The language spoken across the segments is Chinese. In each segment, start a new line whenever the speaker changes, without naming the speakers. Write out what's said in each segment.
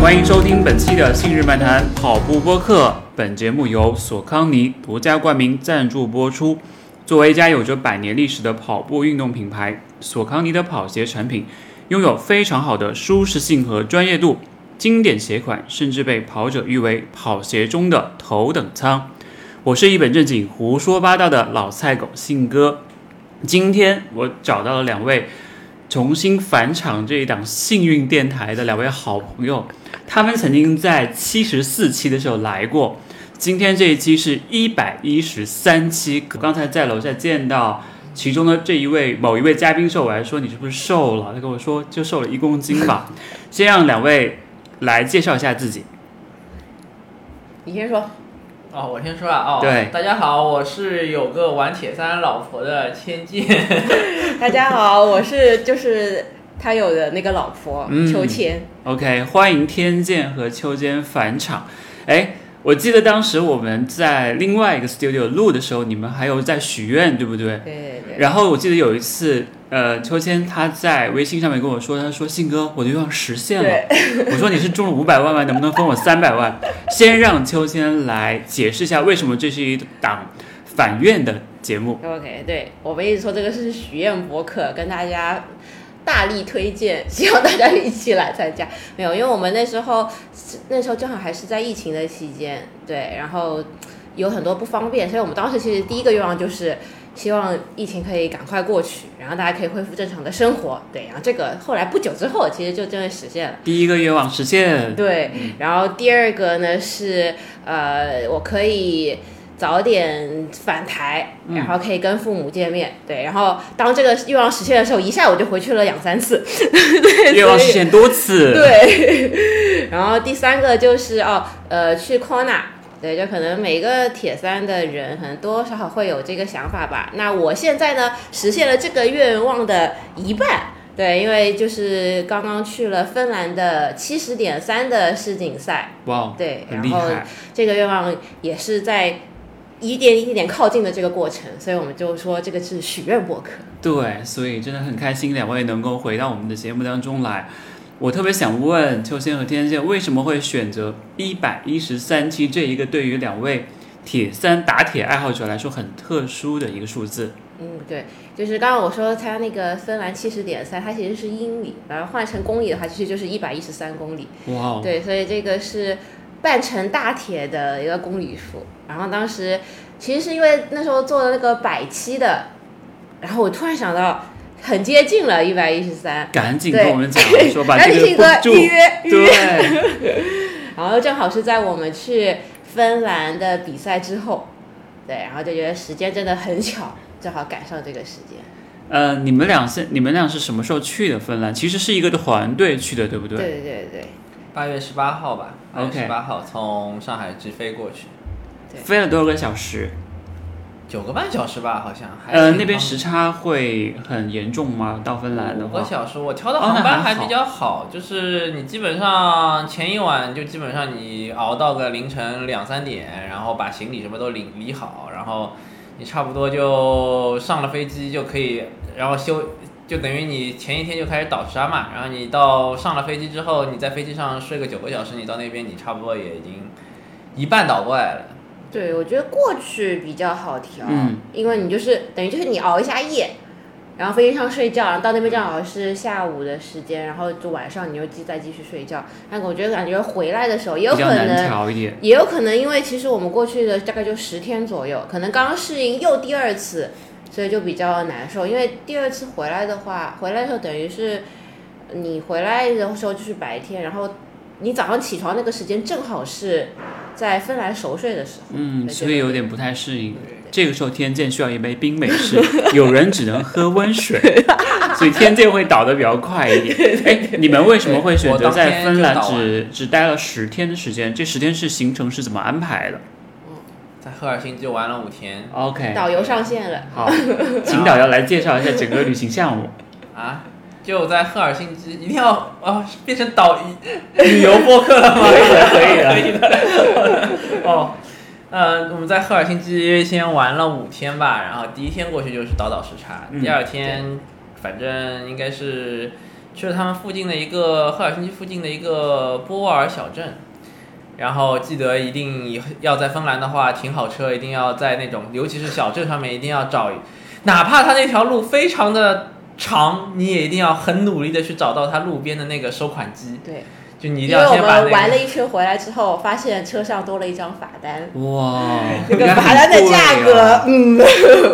欢迎收听本期的《信日漫谈》跑步播客。本节目由索康尼独家冠名赞助播出。作为一家有着百年历史的跑步运动品牌，索康尼的跑鞋产品拥有非常好的舒适性和专业度，经典鞋款甚至被跑者誉为跑鞋中的头等舱。我是一本正经胡说八道的老菜狗信哥，今天我找到了两位重新返场这一档幸运电台的两位好朋友，他们曾经在七十四期的时候来过，今天这一期是一百一十三期。我刚才在楼下见到其中的这一位某一位嘉宾的时候，我还说你是不是瘦了？他跟我说就瘦了一公斤吧。先让两位来介绍一下自己。
你先说，
哦，我先说啊，哦，
对
大家好，我是有个玩铁三老婆的千金，
大家好，我是就是他有的那个老婆
嗯
秋千，
OK，欢迎天剑和秋千返场。哎，我记得当时我们在另外一个 studio 录的时候，你们还有在许愿，对不对？
对对对，
然后我记得有一次，呃，秋千他在微信上面跟我说，他说：“信哥，我的愿望实现了。” 我说：“你是中了五百万吗？能不能分我三百万？”先让秋千来解释一下为什么这是一档反愿的节目。
OK，对我们一直说这个是许愿博客，跟大家大力推荐， 希望大家一起来参加。没有，因为我们那时候那时候正好还是在疫情的期间，对，然后有很多不方便，所以我们当时其实第一个愿望就是。希望疫情可以赶快过去，然后大家可以恢复正常的生活。对，然后这个后来不久之后，其实就真的实现了。
第一个愿望实现，
对，
嗯
然后第二个呢是呃，我可以早点返台，
嗯
然后可以跟父母见面。对，然后当这个愿望实现的时候，一下我就回去了两三次。对，
愿望
所以
实现多次。
对， 然后第三个就是哦，呃，去 Kona。对，就可能每个铁三的人，可能多多少少会有这个想法吧。那我现在呢，实现了这个愿望的一半。对，因为就是刚刚去了芬兰的七十点三的世锦赛，
哇，
对，
哦很
然
厉
后
害。
这个愿望也是在一点一点靠近的这个过程，所以我们就说这个是许愿博客。
对，所以真的很开心两位能够回到我们的节目当中来。我特别想问秋千和天线为什么会选择一百一十三期这一个对于两位铁三打铁爱好者来说很特殊的一个数字？
嗯，对，就是刚刚我说它那个芬兰七十点三，它其实是英里，然后换成公里的话，其实就是一百一十三公里。
哇哦，
对，所以这个是半程大铁的一个公里数。然后当时其实是因为那时候做了那个百期的，然后我突然想到很接近了，一百一十三。
赶紧
对
跟我们讲说把
然后
这
你
个
信哥
关注
预约预约，
对，
然后正好是在我们去芬兰的比赛之后，对，然后就觉得时间真的很巧，正好赶上这个时间。
呃，你们俩是你们俩是什么时候去的芬兰？其实是一个团队去的，对不对？
对对对对。
八月十八号吧，八月
OK
十八号从上海直飞过去，
对
飞了多少个小时？
九个半小时吧，好像。还啊
呃，
挺
那边
长
时差会很严重吗？到芬兰的
五
话
个，小时，我挑的
哦那
航班
还
还
好
比较好，就是你基本上前一晚就基本上你熬到个凌晨两三点，然后把行李什么都理理好，然后你差不多就上了飞机就可以，然后休就等于你前一天就开始倒沙嘛，然后你到上了飞机之后，你在飞机上睡个九个小时，你到那边你差不多也已经一半倒过来了。
对，我觉得过去比较好调，
嗯
因为你就是等于就是你熬一下夜，然后飞机上睡觉，然后到那边正好是下午的时间，然后就晚上你又继再继续睡觉。但我觉得感觉回来的时候也有
比
可
较难
能，
调一点。
也有可能因为其实我们过去的大概就十天左右，可能刚刚适应又第二次，所以就比较难受。因为第二次回来的话，回来的时候等于是你回来的时候就是白天，然后你早上起床那个时间正好是在芬兰熟睡的时候。
嗯，
对
所
对
以有点不太适应。这个时候天剑需要一杯冰美式， 有人只能喝温水，所以天剑会倒得比较快一点。哎，你们为什么会选择在芬兰
我当
只只待了十天的时间？这十天是行程是怎么安排的
在赫尔辛基玩了五天
？OK，
导游上线了，
好，请导游来介绍一下整个旅行项目。
啊，就在赫尔辛基，一定要啊、 变成导旅游播客了吗？
可以的，可以的。
哦，呃，我们在赫尔辛基先玩了五天吧，然后第一天过去就是倒倒时差，
嗯
第二天反正应该是去了他们附近的一个赫尔辛基附近的一个波沃尔小镇。然后记得一定以后要在芬兰的话停好车，一定要在那种尤其是小镇上面，一定要找，哪怕它那条路非常的长，你也一定要很努力的去找到它路边的那个收款机，
对，
就你一
因
定
为
要
我
先把那
们
个。
玩了一圈回来之后，发现车上多了一张罚 单，
哇，
这个
原来很
罚单的
贵
价
啊
格，嗯，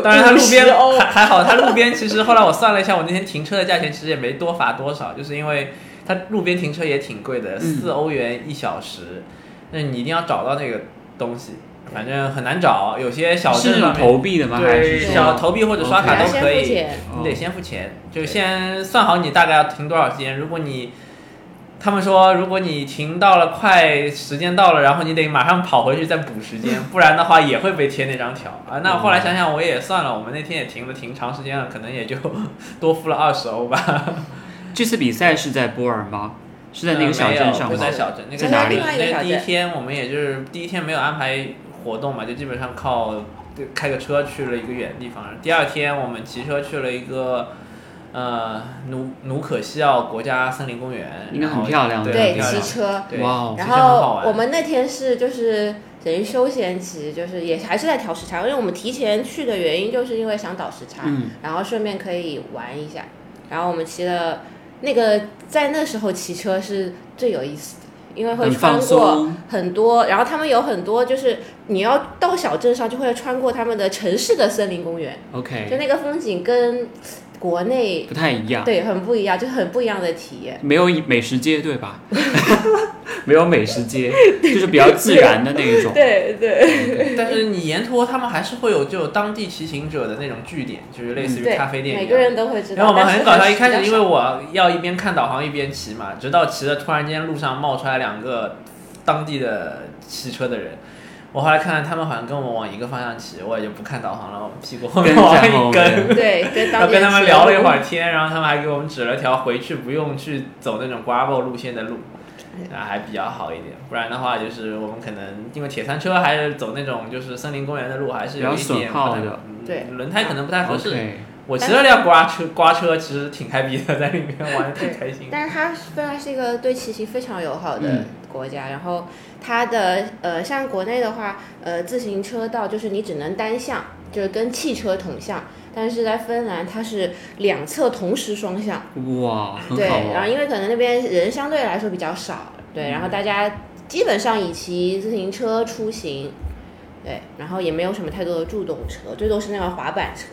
当然，它路边
50欧
还还好，它路边其实后来我算了一下，我那天停车的价钱其实也没多罚多少，就是因为它路边停车也挺贵的，
嗯
四欧元一小时。那你一定要找到那个东西，反正很难找，有些小镇
是
上面
投币的吗？还是
对
说
小投币或者刷
还要
卡都
先
可
付
以，
钱。
哦
你得先付钱，就先算好你大概要停多少时间。如果你他们说，如果你停到了快时间到了，然后你得马上跑回去再补时间，不然的话也会被贴那张条啊。那后来想想我也算了，我们那天也停了挺长时间了，可能也就 多付了二十欧吧。
这次比赛是在波尔吗？是在那个小
呃没
镇
有
上
不
吗
在？小镇，那个
在哪里
另外一个小
那
镇
第一天我们也就是第一天没有安排活动嘛，就基本上靠开个车去了一个远地方。第二天我们骑车去了一个。呃，努努可西奥国家森林公园，
应该很
然后
漂亮的
对，
对，
很漂
骑
亮
车。
对
哇哦
然
其实很好
后
玩
我们那天是就是等于休闲骑，就是也还是在调时差，因为我们提前去的原因就是因为想倒时差，
嗯
然后顺便可以玩一下。然后我们骑了那个在那时候骑车是最有意思的，因为会
很
穿
放
过
松，
很多，然后他们有很多就是你要到小镇上就会穿过他们的城市的森林公园，就
OK，
那个风景跟国
哎
内
不太一样，
对很不一样，就很不一样的体验。
没有美食街对吧？ 没有美食街，就是比较自然的那一种。
对对
但是你沿途他们还是会有就当地骑行者的那种据点，就是类似于
嗯对，
咖啡店
每
一
个
样。
人都会知道。
然后我们很搞笑，一开
但
始
是
因为我要一边看导航一边骑嘛，直到骑的突然间路上冒出来两个当地的骑车的人，我后来看他们好像跟我往一个方向骑，我也就不看导航了，我屁股后面
跟
往
在
一
后面
跟，
对，跟
然
当
后
地
跟
人
他们
吃
聊了一会儿天，然后他们还给我们指了条回去不用去走那种 gravel 路线的路。那还比较好一点，不然的话就是我们可能因为铁三车还是走那种就是森林公园的路，还是有一
比较损
点
耗
不太
的
嗯
对
轮胎可能不太合适。
OK，
我骑了辆刮车，刮车其实挺 happy 的， 在里面玩的挺开心。
但是它虽然是一个对骑行非常友好的
嗯
国家，然后它的呃，像国内的话，呃，自行车道就是你只能单向，就是跟汽车同向，但是在芬兰它是两侧同时双向。
哇，很
对
好，
哦
哦
然后
玩。
因为可能那边人相对来说比较少，
嗯
对，然后大家基本上以骑自行车出行，对，然后也没有什么太多的助动车，最多是那个滑板车。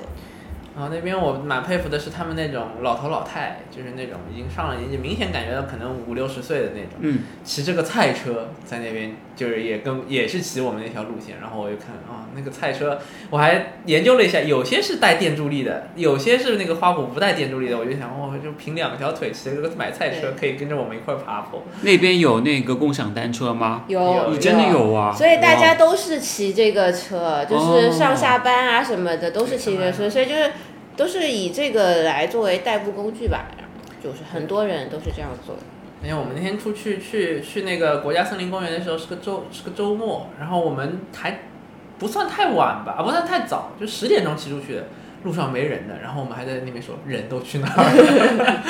然后那边我蛮佩服的是他们那种老头老太，就是那种已经上了年纪，明显感觉到可能五六十岁的那种，
嗯，
骑这个菜车在那边，就是也跟也是骑我们那条路线。然后我就看啊、那个菜车我还研究了一下，有些是带电助力的，有些是那个花圃不带电助力的。我就想，哦，就凭两条腿骑这个买菜车，可以跟着我们一块儿爬坡。
那边有那个共享单车吗？
有，
你真的有啊！
所以大家
哇
都是骑这个车，
哦
就是上下班啊什么的都是骑这个车，所以就是都是以这个来作为代步工具吧，就是很多人都是这样做的。
因哎为我们那天出去去去那个国家森林公园的时候是个周是个周末，然后我们还不算太晚吧，啊不算太早，就十点钟骑出去的，路上没人的，然后我们还在那边说人都去哪儿了，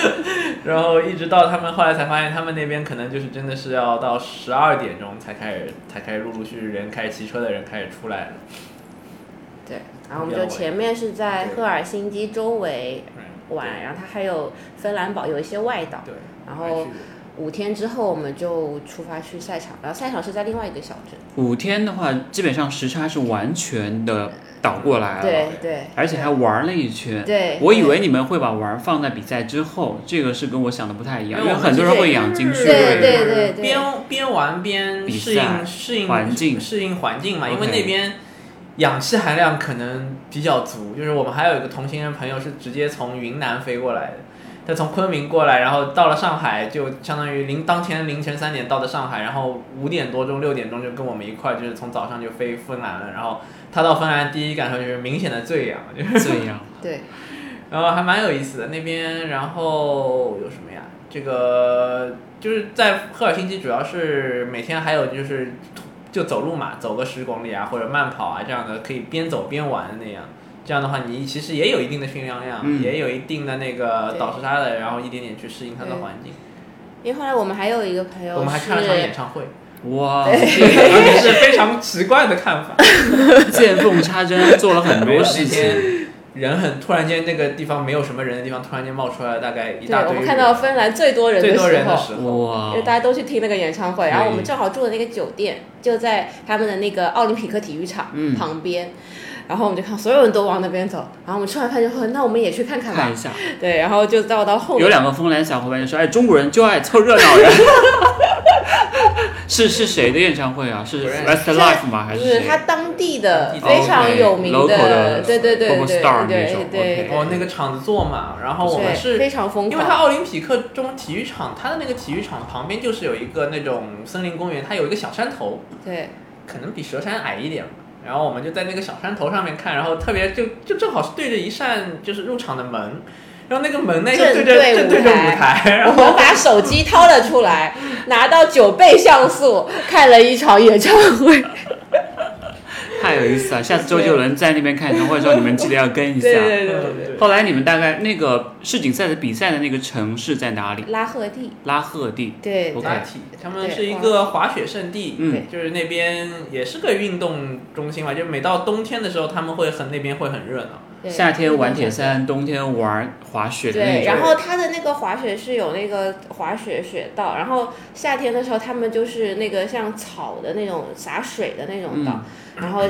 然后一直到他们后来才发现他们那边可能就是真的是要到十二点钟才开始才开始陆陆续续人开始骑车的人开始出来了，
对，然后我们就前面是在赫尔辛基周围玩，然后它还有芬兰堡有一些外岛，
对，
然
哎
后五天之后我们就出发去赛场，然后赛场是在另外一个小镇，
五天的话，基本上时差是完全的倒过
啊
来了，
对对，
而且还玩了一圈。
对，
我以为你们会把玩放在比赛之后，这个是跟哎我想的不太一样，因
因为
为
我们
很多人
是
会养精蓄
对
锐嘛
对对对对
边边玩边
比
适
赛
应适应
环境
适应环境嘛，因
OK
为那边氧气含量可能比较足。就是我们还有一个同行人朋友是直接从云南飞过来的，他从昆明过来，然后到了上海，就相当于凌当天凌晨三点到的上海，然后五点多钟六点钟就跟我们一块儿，就是从早上就飞芬兰了。然后他到芬兰第一感受就是明显的醉氧，就是
这样。
对，
然后还蛮有意思的那边，然后有什么呀？这个就是在赫尔辛基，主要是每天还有就是就走路嘛，走个十公里啊，或者慢跑啊这样的，可以边走边玩的那样，这样的话，你其实也有一定的训练量，
嗯
也有一定的那个
对
倒时差的，然后一点点去适应它的环境。
因为后来我们还有一个朋友是，
我们还看了场演唱会，
哇，
也是非常奇怪的看法。
见缝插针做了很
没有
多
那
事情。
天人很突然间，那个地方没有什么人的地方，突然间冒出来大概一
对，
大
我
堆
们
人。
看到芬兰最多人
最
的
多
时
人的
候。
时候，
哇
因为，大家都去听那个演唱会，
对
然后我们正好住的那个酒店就在他们的那个奥林匹克体育场
嗯
旁边，然后我们就看所有人都往那边走，然后我们吃完饭就说那我们也去看看
看
吧
一，下，
对，然后就到到后
有
面，
两个芬兰小伙伴就说：“哎，中国人就爱凑热闹 呀。”是是谁的演唱会啊？是
不认识
West Life 吗？还
就是是
谁？
他当地的
当地的
非常有名
OK，local 的
对对对
local
对对
star 那
对
种
对
OK
哦，那个场子坐满，然后我们
对，
是
非常疯
因为它
狂，
奥林匹克中体育场，它的那个体育场旁边就是有一个那种森林公园，它有一个小山头，
对
可能比蛇山矮一点吧。然后我们就在那个小山头上面看，然后特别就就正好是对着一扇就是入场的门，然后那个门呢又对
正
着
对
正对
舞
着
台
舞台，然
我
后
们把手机掏了出来，拿到九倍像素看了一场演唱会。
太有意思了！下次周杰伦在那边看演唱会的时候，你们记得要跟一下。
对
嗯对
后来你们大概那个世锦赛的比赛的那个城市在哪里？
拉赫蒂，
拉赫蒂。
对
OK
打体，他们
对
是一个滑雪圣地，
嗯
就是那边也是个运动中心嘛，就每到冬天的时候，他们会很那边会很热闹。
对
夏天玩铁山，冬天玩滑雪的那
对，
种。
然后它的那个滑雪是有那个滑雪雪道，然后夏天的时候他们就是那个像草的那种洒水的那种道，
嗯
然后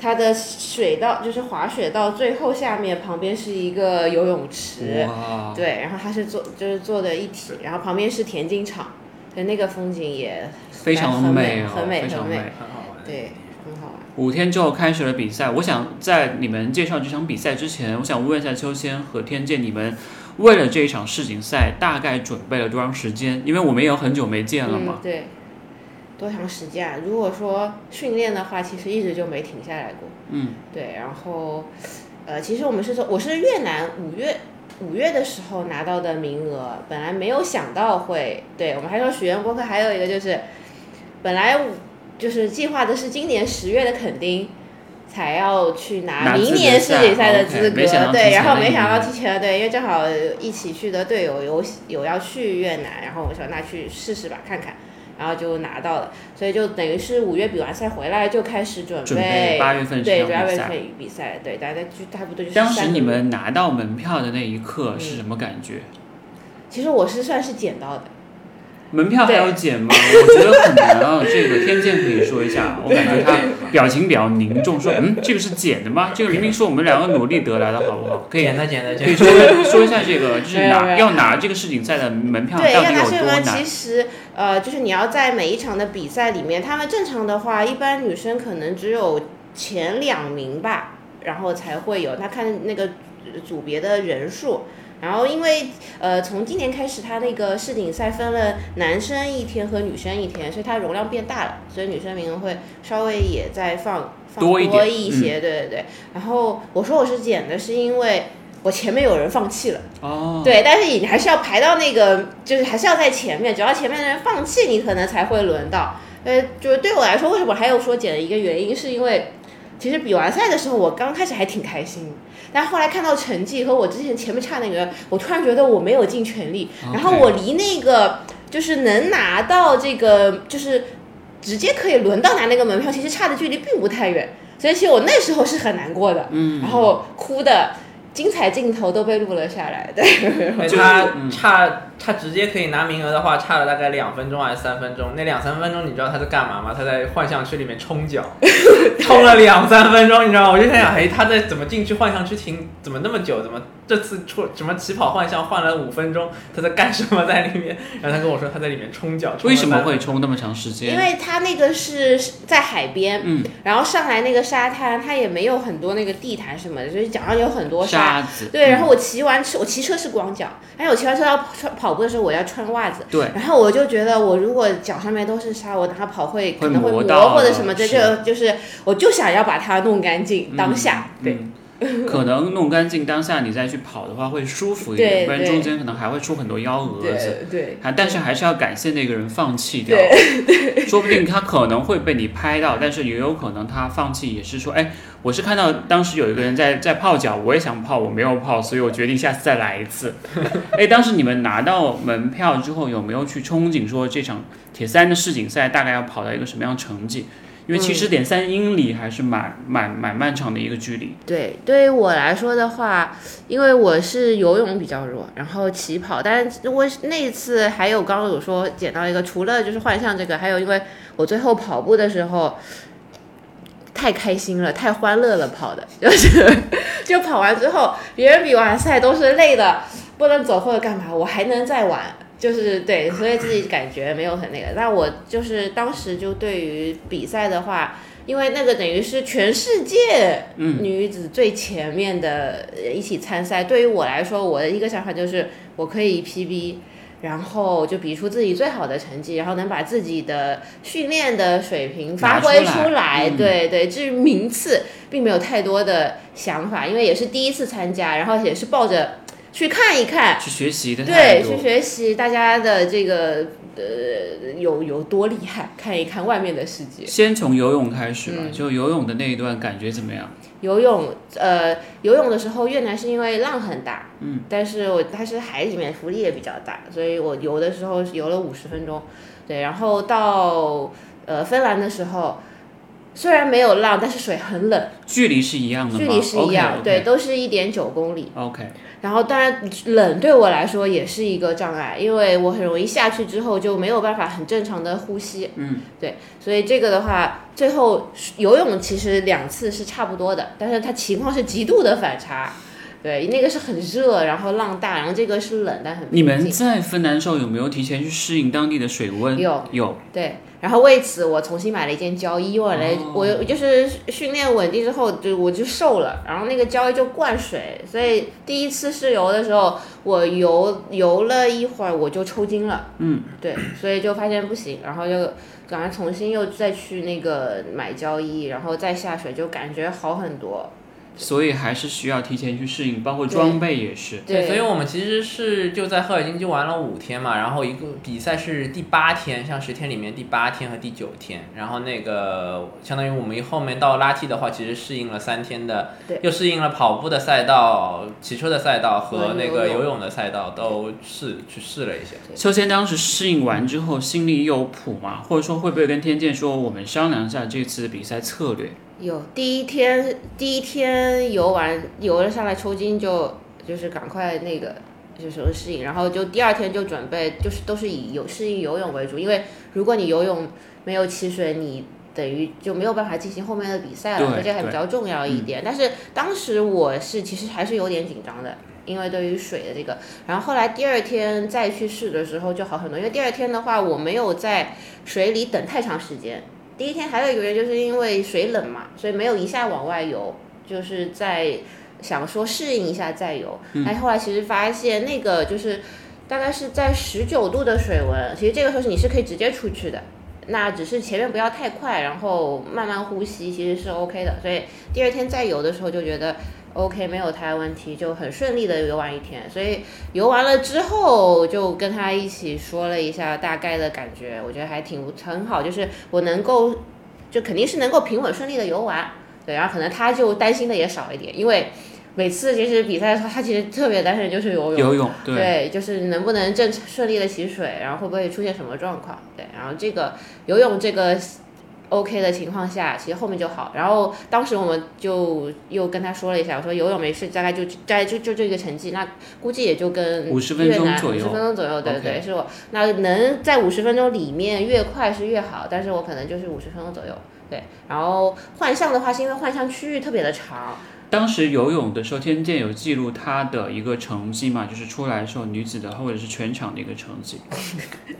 它的水道就是滑雪道最后下面旁边是一个游泳池，
哇，
对，然后它是做就是做的一体，然后旁边是田径场，所以那个风景也
非常
很
美
美
哦，
很美
非常
很美
美。
很好玩。
对很好玩。
五天之后开始了比赛，我想在你们介绍这场比赛之前，我想问一下秋千和天界，你们为了这一场世锦赛大概准备了多长时间？因为我们也有很久没见了
嗯
嘛，。
对，多长时间啊？如果说训练的话，其实一直就没停下来过。
嗯，
对，然后，呃，其实我们是说，我是越南五月五月的时候拿到的名额，本来没有想到会，对我们还说许愿播客还有一个就是，本来五就是计划的是今年十月的垦丁。才要去拿
拿
明
资格
年世
赛
锦赛的
OK，
资格
没想到，提
对，然
前
后
了
没
一
想到
年
提前了，对，因为正好一起去的队友有有要去越南，然后我说那去试试吧，看看，然后就拿到了，所以就等于是五月比完赛回来就开始准
准备八月份这
嗯对，主
场
要
比
为
赛。
体育比赛，对，大家就差不多就是
当时
三个
你
月嗯
们拿到门票的那一刻是什么感觉？
其实我是算是捡到的，
门票还要减 吗？我觉得很难啊。这个天剑可以说一下，我感觉他表情比较凝重，说：“嗯，这个是减的吗？这个明明是我们两个努力得来的，好不好？”可以
简单简单
可以
简单。
说说一下这个，就是
没有没
拿
有
要拿这个世锦赛的门票
对，
到
要
底
拿
有
什
多
么？
难
其？实呃，就是你要在每一场的比赛里面，他们正常的话，一般女生可能只有前两名吧，然后才会有，那看那个呃组别的人数。然后，因为呃，从今年开始，它那个世锦赛分了男生一天和女生一天，所以它容量变大了，所以女生名额会稍微也在放放
多一点嗯
一些，对对对。然后我说我是减的，是因为我前面有人放弃了。
哦，
对，但是你还是要排到那个，就是还是要在前面，只要前面的人放弃，你可能才会轮到。呃，就是对我来说，为什么还有说减的一个原因，是因为其实比完赛的时候，我刚开始还挺开心，但后来看到成绩和我之前前面差那个，我突然觉得我没有尽全力，然后
OK
我离那个就是能拿到这个就是直接可以轮到拿那个门票，其实差的距离并不太远，所以其实我那时候是很难过的，嗯，然后哭的精彩镜头都被录了下来，对，
因为他
嗯
差，他直接可以拿名额的话，差了大概两分钟还是三分钟。那两三分钟，你知道他在干嘛吗？他在幻象区里面冲 脚，冲了两三分钟，你知道吗？我就想想，哎，他在怎么进去幻象区停，怎么那么久？怎么这次出什么起跑幻象换了五分钟？他在干什么在里面？然后他跟我说他在里面冲脚，冲了
为什么
三
会冲那么长时间？
因为它那个是在海边，
嗯，
然后上来那个沙滩，它也没有很多那个地毯什么的，就是脚上有很多沙。
沙子
对，然后
嗯
我骑完车，我骑车是光脚，但是我骑完车要穿跑步的时候，我要穿袜子。
对
然后我就觉得，我如果脚上面都是沙，我等下跑会可能会
磨
磨
到嗯
或者什么的，
是
这就就是我就想要把它弄干净当下。对，
嗯可能弄干净当下你再去跑的话会舒服一
对
点，不然
对
中间可能还会出很多幺蛾子。
对对
还嗯但是还是要感谢那个人放弃掉， 说不定他可能会被你拍到，但是也有可能他放弃也是说，哎，我是看到当时有一个人在在泡脚，我也想泡，我没有泡，所以我决定下次再来一 次。哎，当时你们拿到门票之后，有没有去憧憬说这场铁三的世锦赛大概要跑到一个什么样的成绩？因为七十点三英里还是蛮蛮蛮漫长的一个距离。
对，对于我来说的话，因为我是游泳比较弱，然后起跑，但是我那一次还有刚刚有说捡到一个，除了就是幻象这个，还有因为我最后跑步的时候太开心了，太欢乐了，跑的就是就跑完之后，别人比完赛都是累的，不能走或者干嘛，我还能再玩。就是对，所以自己感觉没有很那个。但我就是当时就对于比赛的话，因为那个等于是全世界
嗯
女子最前面的呃一起参赛。对于我来说，我的一个想法就是我可以 PB，然后就比出自己最好的成绩，然后能把自己的训练的水平发挥
拿出来嗯
对对，至于名次，并没有太多的想法，因为也是第一次参加，然后也是抱着去看一看，
去学习的态
对，
度
去。学习大家的这个呃有有多厉害，看一看外面的世界。
先从游泳开始吧，
嗯
就游泳的那一段感觉怎么样？
游泳，呃，游泳的时候越南是因为浪很大，嗯，但是我它是海里面浮力也比较大，所以我游的时候游了五十分钟，对，然后到呃芬兰的时候，虽然没有浪，但是水很冷，
距离是一样的吗？
距离是一
o
样
k o k
对，都是一点九公里。
OK，
然后当然冷对我来说也是一个障碍，因为我很容易下去之后就没有办法很正常的呼吸。
嗯，
对，所以这个的话，最后游泳其实两次是差不多的，但是它情况是极度的反差。对，那个是很热，然后浪大，然后这个是冷，但很
你
平
们
静
在芬兰的时候有没有提前去适应当地的水温？
有
有，
对，然后为此我重新买了一件胶衣，因为我来、
哦
我我就是训练稳定之后，就我就瘦了，然后那个胶衣就灌水，所以第一次试游的时候，我游游了一会儿我就抽筋了，嗯，对，所以就发现不行，然后就赶快重新又再去那个买胶衣，然后再下水就感觉好很多，
所以还是需要提前去适应，包括
对
装备也是。
对
所以我们其实是就在赫尔辛基玩了五天嘛，然后一个比赛是第八天，像十天里面第八天和第九天，然后那个相当于我们后面到拉提的话，其实适应了三天的
对，
又适应了跑步的赛道、骑车的赛道和
和
那个
游泳
游泳的赛道，都试去试了一下。
秋千当时适应完之后，心里有谱吗？或者说会不会跟天健说，我们商量一下这次比赛策略？
有第一天第一天游完游了上来抽筋就就是赶快那个就是有适应，然后就第二天就准备就是都是以有适应游泳为主，因为如果你游泳没有起水，你等于就没有办法进行后面的比赛了，
对
所以这还比较重要一点。但是当时我是其实还是有点紧张的。因为对于水的这个，然后后来第二天再去试的时候就好很多，因为第二天的话我没有在水里等太长时间，第一天还有一个原因，就是因为水冷嘛，所以没有一下往外游，就是在想说适应一下再游。但后来其实发现那个就是大概是在十九度的水温，其实这个时候是你是可以直接出去的。那只是前面不要太快，然后慢慢呼吸，其实是 OK 的。所以第二天再游的时候就觉得 OK，没有太大问题，就很顺利的游完一天。所以游完了之后，就跟他一起说了一下大概的感觉，我觉得还挺不很好，就是我能够，就肯定是能够平稳顺利的游完，对，然后可能他就担心的也少一点，因为每次其实比赛的时候，他其实特别担心的就是游泳，
游泳，对。
对，就是能不能正常顺利的起水，然后会不会出现什么状况？对，然后这个游泳这个 OK 的情况下，其实后面就好。然后当时我们就又跟他说了一下，我说游泳没事，大概就大概就就这个成绩，那估计也就跟
50分钟左右
五十分钟左右，对
OK
对，是我那能在五十分钟里面越快是越好，但是我可能就是五十分钟左右。对，然后换项的话，是因为换项区域特别的长，
当时游泳的时候，天健有记录他的一个成绩嘛，就是出来的时候女子的或者是全场的一个成 绩，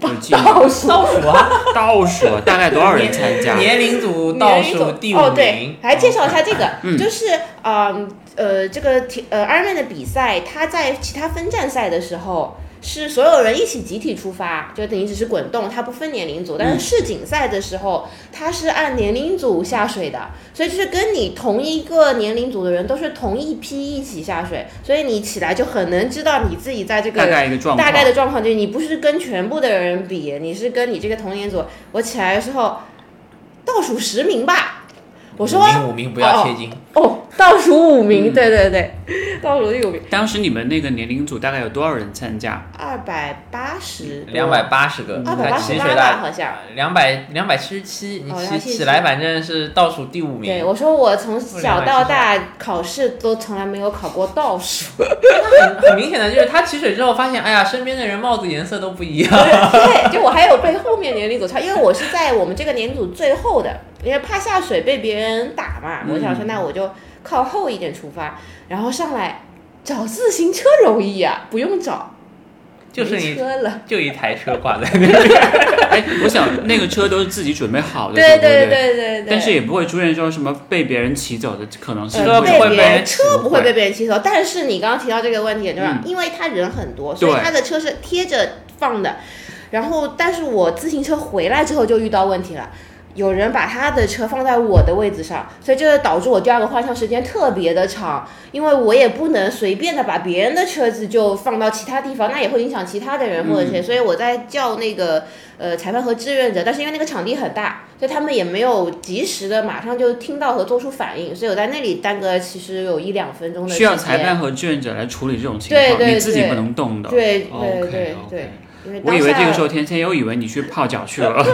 有记录
倒数
倒数 啊，
倒数啊大概多少人参加？
年龄组倒
年龄
数
总
第五
哦，对
名，，嗯
来介绍一下这个，就是呃呃，这个体呃 Ironman 的比赛，它在其他分站赛的时候，是所有人一起集体出发，就等于只是滚动，它不分年龄组。但是世锦赛的时候，它是按年龄组下水的，所以就是跟你同一个年龄组的人都是同一批一起下水，所以你起来就很能知道你自己 在这个
大概一个状况，
大概的状况就是你不是跟全部的人比，你是跟你这个同年组。我起来的时候倒数十名吧，我说
五名嗯五名不要贴金，
哦，倒数五名，对对对，倒数第五名，
当时你们那个年龄组大概有多少人参加？
二百八十，
两百八十个，
二百八十
起
八
水
吧，
大
好像。
两百两百七十七，你
哦
起
277
起来反正是倒数第五
对，
名，
我说我从小到大考试都从来没有考过倒数，
很很明显的就是他起水之后发现，哎呀，身边的人帽子颜色都不一样，
对，就我还有被后面年龄组超，因为我是在我们这个年龄组最后的，因为怕下水被别人打嘛，我
嗯
想说那我就靠后一点出发，然后上来找自行车容易啊，不用找，
就是
没
你
车了，
就一台车挂在
哦
那里，
哎，我想那个车都是自己准备好的，
对
不对
对对对，呃
但是也不会出现说什么被别人骑走的可能性，
车不
被
会
别
被人
人车
骑
不会被别人骑走，但是你刚刚提到这个问题，就是、
嗯
因为他人很多，所以他的车是贴着放的。然后，但是我自行车回来之后就遇到问题了，有人把他的车放在我的位置上，所以这就导致我第二个换向时间特别的长，因为我也不能随便的把别人的车子就放到其他地方，那也会影响其他的人或者
嗯
谁，所以我在叫那个呃裁判和志愿者，但是因为那个场地很大，所以他们也没有及时的马上就听到和做出反应，所以我在那里耽搁其实有一两分钟的时
需要
间。
裁判和志愿者来处理这种情况，
对对
你自己
对
不能动的。哦
对对
OK，
对
OK
对，因为
我以为这个时
候，
候田千优以为你去泡脚去了，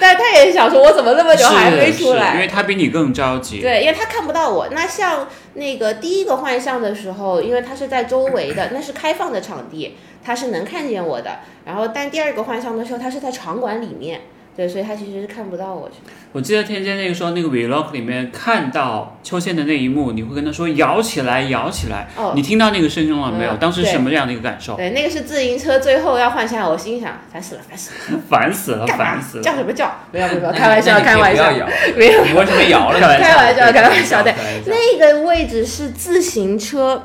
但他也想说，我怎么那么久还 没
是是，
出来？
因为他比你更着急。
对，因为他看不到我。那像那个第一个幻象的时候，因为它是在周围的，那是开放的场地，他是能看见我的。然后，但第二个幻象的时候，他是在场馆里面，对，所以他其实是看不到我去。
我记得天天那个时候那个 vlog 里面看到秋千的那一幕，你会跟他说摇起来，摇起来。
哦
你听到那个声音了没有？
嗯
当时
对
什么样的一个感
哦
受？
对，那个是自行车最后要换下来，我心想烦死了，烦 死了，
烦死了，
干嘛
烦死了！
叫什么叫？没有没有没有，
那你
开玩笑，
哎那
开
你可
玩
以不
笑
要，摇
没有。
你为什么摇了？
开玩笑开玩笑
对
对
开玩笑。
那个位置是自行车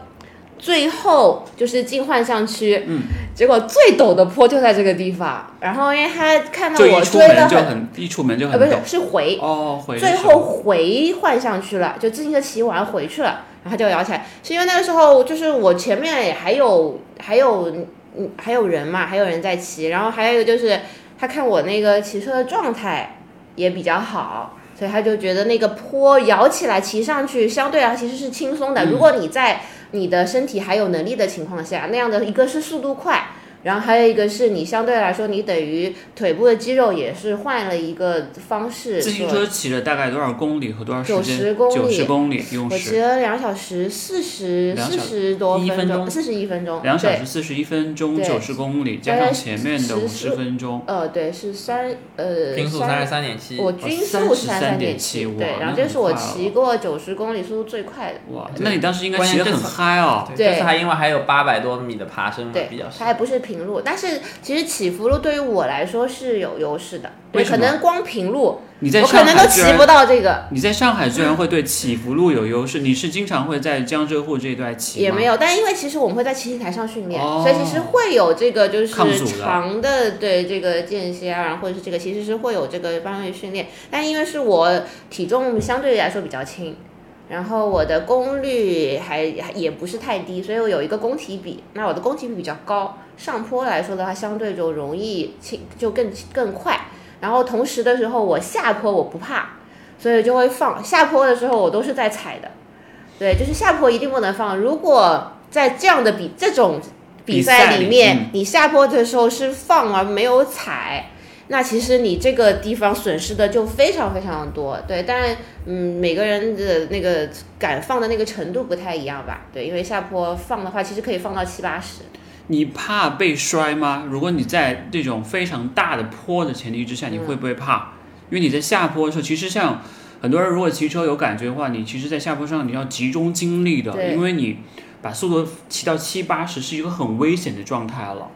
最后就是进幻象区，
嗯，
结果最陡的坡就在这个地方。然后因为他看到
就
我
一出
追的
门就
很，
很，一出门就
呃，
很
不是
懂。
是回，
哦，回
最后回幻象区了，就自行车骑完回去了，然后他就摇起来，是因为那个时候就是我前面也还有还有嗯还有人嘛，还有人在骑，然后还有一个就是他看我那个骑车的状态也比较好。所以他就觉得那个坡摇起来骑上去，相对来其实是轻
嗯
松的。如果你在你的身体还有能力的情况下，那样的一个是速度快，然后还有一个是你相对来说你等于腿部的肌肉也是换了一个方式。
自行车骑了大概多少公里和多少时间？
90公里
九十公里，用
我
时
骑了两小时四十
两
四
小
十多
一分
分
钟
四十一分钟，
两小
对，
时四十一分钟，
对
九十公里，加
大
上
概
前面的五十
15
分钟，
呃，对，是三呃
均速三十三点七，
哦
我均速三点
33.7哇
对，然
那
后这
很
是我
快了哦
骑过九十公里速度最快的，
哇！
对
那你当时应该骑得很嗨哦。
对，
对
这次还因为还有八百多米的爬升嘛，
对
比较，
它
少。
还不是平路，但是其实起伏路对于我来说是有优势的，
为
对，
什么
可能光平路
你在
我可
上
能都
海居
骑
然
不，到这个，
你在上海居然会对起伏路有优势，你是经常会在江浙沪这一段骑吗？
也没有，但因为其实我们会在骑行台上训练，
哦
所以其实会有这个就是
抗阻的
长的对这个间歇啊，然后或者是这个其实是会有这个方面训练，但因为是我体重相对来说比较轻。然后我的功率还也不是太低，所以我有一个弓体比。那我的弓体比比较高，上坡来说的话，相对就容易轻，就更更快。然后同时的时候，我下坡我不怕，所以就会放。下坡的时候我都是在踩的，对，就是下坡一定不能放。如果在这样的比这种比
比赛
赛
里
里面，
嗯
你下坡的时候是放而没有踩，那其实你这个地方损失的就非常非常多。对，但嗯，每个人的那个敢放的那个程度不太一样吧？对，因为下坡放的话，其实可以放到七八十。
你怕被摔吗？如果你在这种非常大的坡的前提之下，你会不会怕？因为你在下坡的时候，其实像很多人如果骑车有感觉的话，你其实，在下坡上你要集中精力的，
对
因为你把速度骑到七八十是一个很危险的状态了。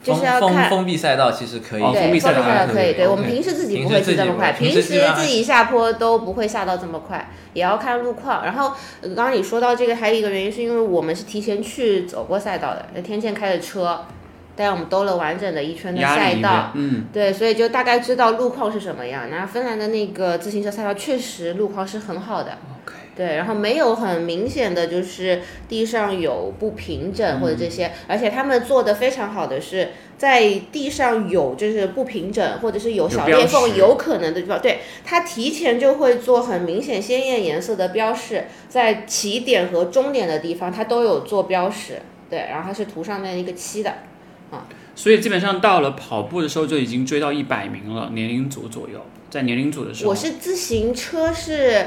就
封
是要
封
看
封闭赛道其实可以，
哦
对，
封闭赛道还
道
可以
以。对，
OK
我们平时自己不会去这么快，
平
平
时
时
自己不会平时基本上
自己下坡都不会下到这么快，也要看路况。然后呃刚刚你说到这个，还有一个原因是因为我们是提前去走过赛道的，那天健开的车，带我们兜了完整的一圈的
压
赛
力一
道
边，，嗯，
对，所以就大概知道路况是什么样。那芬兰的那个自行车赛道确实路况是很好的
OK
对，然后没有很明显的就是地上有不平整或
嗯
者这些，而且他们做的非常好的是在地上有就是不平整或者是有
有
小
标
裂缝
识
有可能的地方，对，他提前就会做很明显鲜艳颜色的标示，在起点和终点的地方它都有做标识，对，然后它是涂上面一个漆的。
所以基本上到了跑步的时候就已经追到一百名了，年龄组左右，在年龄组的时候，
我是自行车是，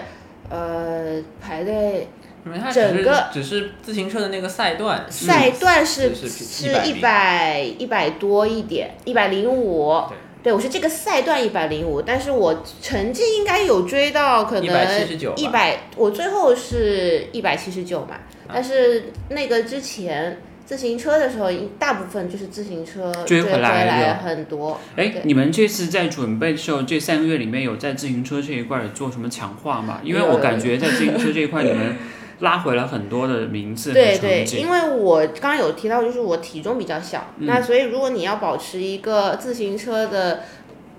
呃，排队
因为它只
整
是
个
只是自行车的那个赛段，嗯
赛段嗯是、
是是
是一
100
百一百多一点，一百零五
对。
对，我是这个赛段一百零五，但是我成绩应该有追到可能
179
一
吧
百，我最后是一百七十九嘛，
啊
但是那个之前自行车的时候，大部分就是自行车
追
追
回
回
来
来
了
很多。
哎
对，
你们这次在准备的时候，这三个月里面有在自行车这一块儿有做什么强化吗？因为
有
我
有
感
有
觉在自行车这一块，你 们拉回了很多的名次和
对
成
对，
绩。
因为我刚刚有提到，就是我体重比较小，
嗯
那所以如果你要保持一个自行车的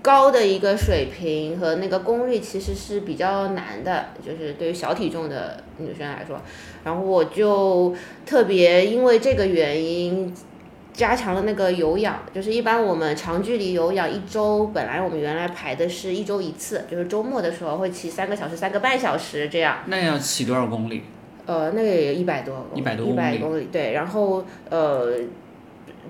高的一个水平和那个功率，其实是比较难的，就是对于小体重的女生来说。然后我就特别因为这个原因。加强了那个有氧，就是一般我们长距离有氧一周，本来我们原来排的是一周一次，就是周末的时候会骑三个小时、三个半小时这样。
那要骑多少公里？
呃，那个也一百多，
100多
一
公里
百公里，对。然后呃，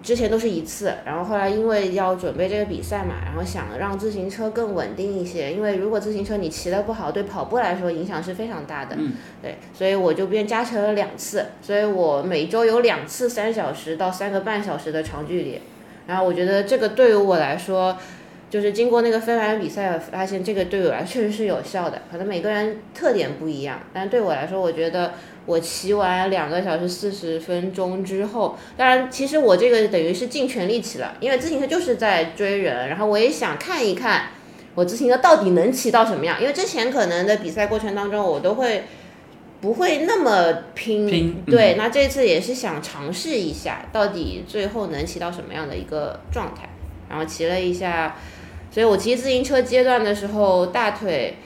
之前都是一次，然后后来因为要准备这个比赛嘛，然后想让自行车更稳定一些，因为如果自行车你骑得不好，对跑步来说影响是非常大的。
嗯，
对，所以我就变加成了两次，所以我每周有两次三小时到三个半小时的长距离，然后我觉得这个对于我来说。就是经过那个芬兰比赛，我发现这个对我来说确实是有效的。可能每个人特点不一样，但对我来说，我觉得我骑完两个小时四十分钟之后，当然，其实我这个等于是尽全力骑了，因为自行车就是在追人，然后我也想看一看我自行车到底能骑到什么样，因为之前可能的比赛过程当中，我都会不会那么拼，
拼嗯
对，那这次也是想尝试一下，到底最后能骑到什么样的一个状态，然后骑了一下，所以我骑自行车阶段的时候，大腿。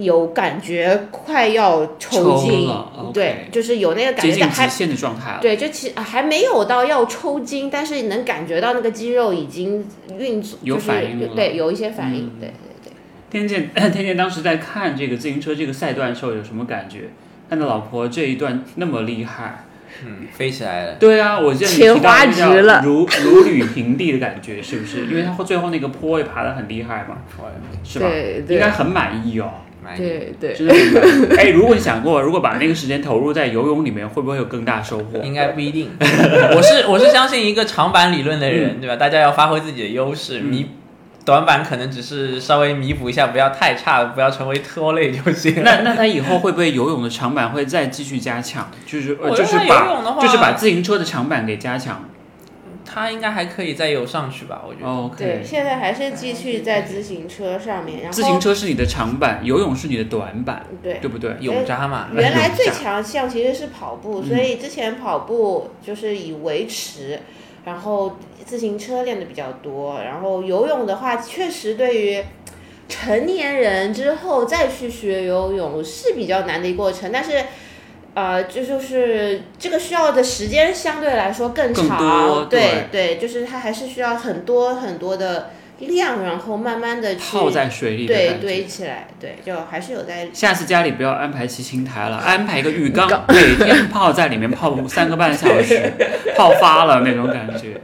有感觉快要抽
抽
筋，
了，OK
对，就是有那个感
接
觉，
近
但还
极限的状态了。
对，就其啊还没有到要抽筋，但是能感觉到那个肌肉已经运作，
有
就是
反应了嗯
对，有一些反应，对对
天健， 天健当时在看这个自行车这个赛段的时候有什么感觉？看到老婆这一段那么厉害，
嗯，飞起来了。
对啊，我记得你提
钱
到
花
那叫
值了
如如履平地的感觉，是不是？因为他最后那个坡也爬得很厉害嘛，
我
是吧？
对对
应该很满意哦。
满
对
意。
对对。
真的很 难。哎，如果你想过，如果把那个时间投入在游泳里面，会不会有更大收获？
应该不一定。 我是我是相信一个长板理论的人，对吧？大家要发挥自己的优势，
嗯
弥短板可能只是稍微弥补一下，不要太差，不要成为拖累就行。
那那他以后会不会游泳的长板会再继续加强？就是呃
我
就
认
是
为游泳的
把
话
就是把自行车的长板给加强。
他应该还可以再游上去吧？我觉得。
对，
OK，
现在还是继续在自行车上面，然后
自行车是你的长板，游泳是你的短板，
对，
对不对？嗯
泳渣嘛，
原来最
有
强项其实是跑步，
哎嗯
所以之前跑步就是以维持，然后自行车练的比较多，然后游泳的话，确实对于成年人之后再去学游泳是比较难的一个过程，但是。呃，这就是这个需要的时间相对来说更
更
长，
多
对对，就是它还是需要很多很多的量，然后慢慢的去
泡在水里的
对
感觉。
堆起来，对，就还是有在
下次家里不要安排骑行台了，安排一个浴缸，每天泡在里面泡三个半小 时，泡发了那种感觉。
浴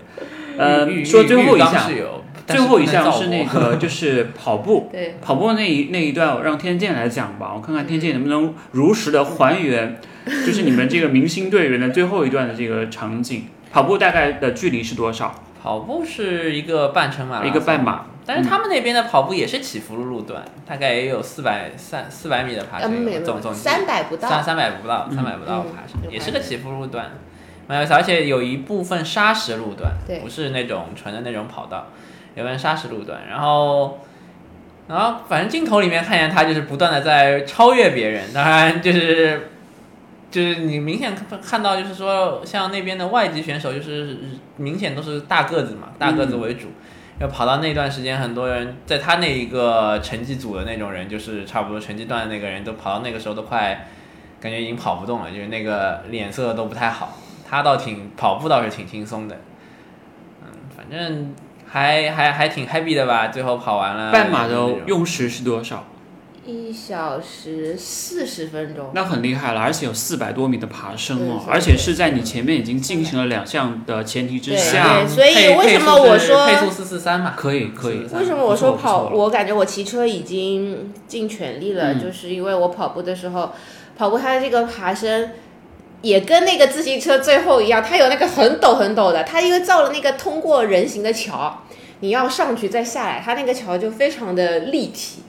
呃，
浴
说最后一
浴缸
项
是，有，但
最
是
后一
不能
项
造
是那
我
个就是跑步。
对
跑步那一那一段，我让天健来讲吧，我看看天健能不能如实的还原，就是你们这个明星队员的最后一段的这个场景。跑步大概的距离是多少？
跑步是一个半程马拉松，
一个嗯半马。
但是他们那边的跑步也是起伏路段，大概也有四百三四百米的爬
嗯，
升
没有
有，
没
总
有
总计
三百不到，
三三百不到，
嗯
三百不到
嗯
爬升，
有
也
爬
是个
升
起伏路段，蛮有意思，而且有一部分砂石路段，
对
不是那种纯的那种跑道，有一部分砂石路段，然后。然后，反正镜头里面看见他就是不断的在超越别人，当然就是就是你明显看看到，就是说像那边的外籍选手，就是明显都是大个子嘛，大个
嗯
子为主。要跑到那段时间，很多人在他那一个成绩组的那种人，就是差不多成绩段的那个人，都跑到那个时候都快，感觉已经跑不动了，就是那个脸色都不太好。他倒挺跑步倒是挺轻松的，嗯，反正还还还挺 happy 的吧。最后跑完了
半马的
呃那种
用时是多少？
一小时四十分钟，
那很厉害了，而且有四百多米的爬升哦，
对
而且是在你前面已经进行了两项的前提之下
对，所以
配
为什么
配速是
我说
配速四四三嘛？
可以可以。
为什么我说
不错
跑？
不错
我感觉我骑车已经尽全力了，
嗯
就是因为我跑步的时候，跑步它的这个爬升。也跟那个自行车最后一样，它有那个很陡很陡的，它因为造了那个通过人行的桥，你要上去再下来，它那个桥就非常的立体，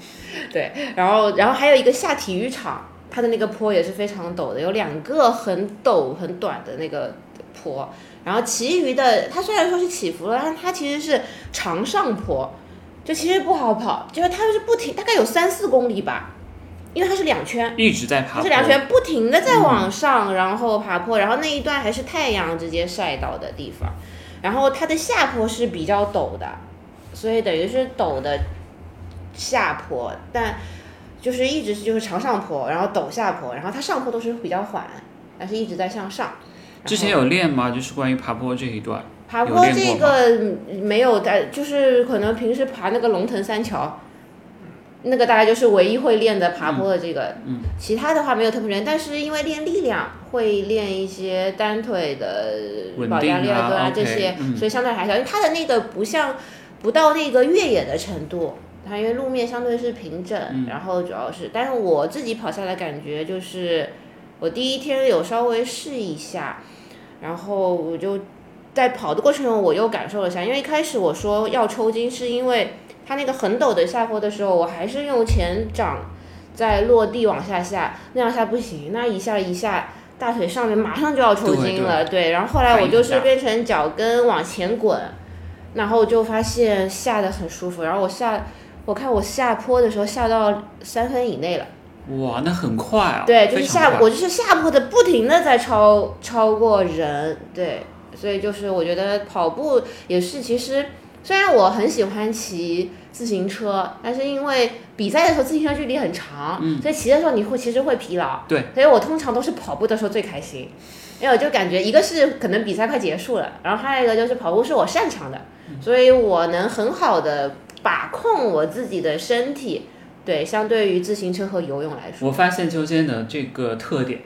对。然后，然后还有一个下体育场，它的那个坡也是非常陡的，有两个很陡很短的那个坡，然后其余的它虽然说是起伏了，但是它其实是长上坡，就其实不好跑，就是它是不停，大概有三四公里吧，因为它是两圈，
一直在爬
它
坡
是，两圈不停的在往上，然后爬坡，然后那一段还是太阳直接晒到的地方，然后它的下坡是比较陡的，所以等于是陡的下坡，但就是一直是就是长上坡，然后陡下坡，然后它上坡都是比较缓，但是一直在向上。然后
之前有练吗？就是关于爬坡这一段，
爬
有
坡
练过
这
吗
个没有的，就是可能平时爬那个龙腾三桥，那个大概就是唯一会练的爬坡的这个，
嗯
其他的话没有特别练，但是因为练力量会练一些单腿的
稳
保
定
加利亚
啊
蹲啊
OK，
这些，
嗯
所以相对还小，因为它的那个不像不到那个越野的程度。它因为路面相对是平整，
嗯
然后主要是，但是我自己跑下来感觉就是，我第一天有稍微试一下，然后我就在跑的过程中，我又感受了一下，因为一开始我说要抽筋，是因为它那个很陡的下坡的时候，我还是用前掌在落地往下下，那样下不行，那一下一下大腿上面马上就要抽筋了，对然后后来我就是变成脚跟往前滚，然后就发现下的很舒服，然后我下。我看我下坡的时候下到三分以内了，
哇，那很快啊！
对，就是
非常
下
快
我就是下坡的，不停的在超超过人，对，所以就是我觉得跑步也是，其实虽然我很喜欢骑自行车，但是因为比赛的时候自行车距离很长，
嗯
所以骑的时候你会其实会疲劳，
对，
所以我通常都是跑步的时候最开心，因为我就感觉一个是可能比赛快结束了，然后还有一个就是跑步是我擅长的，
嗯
所以我能很好的把控我自己的身体。对，相对于自行车和游泳来说，
我发现秋千的这个特点，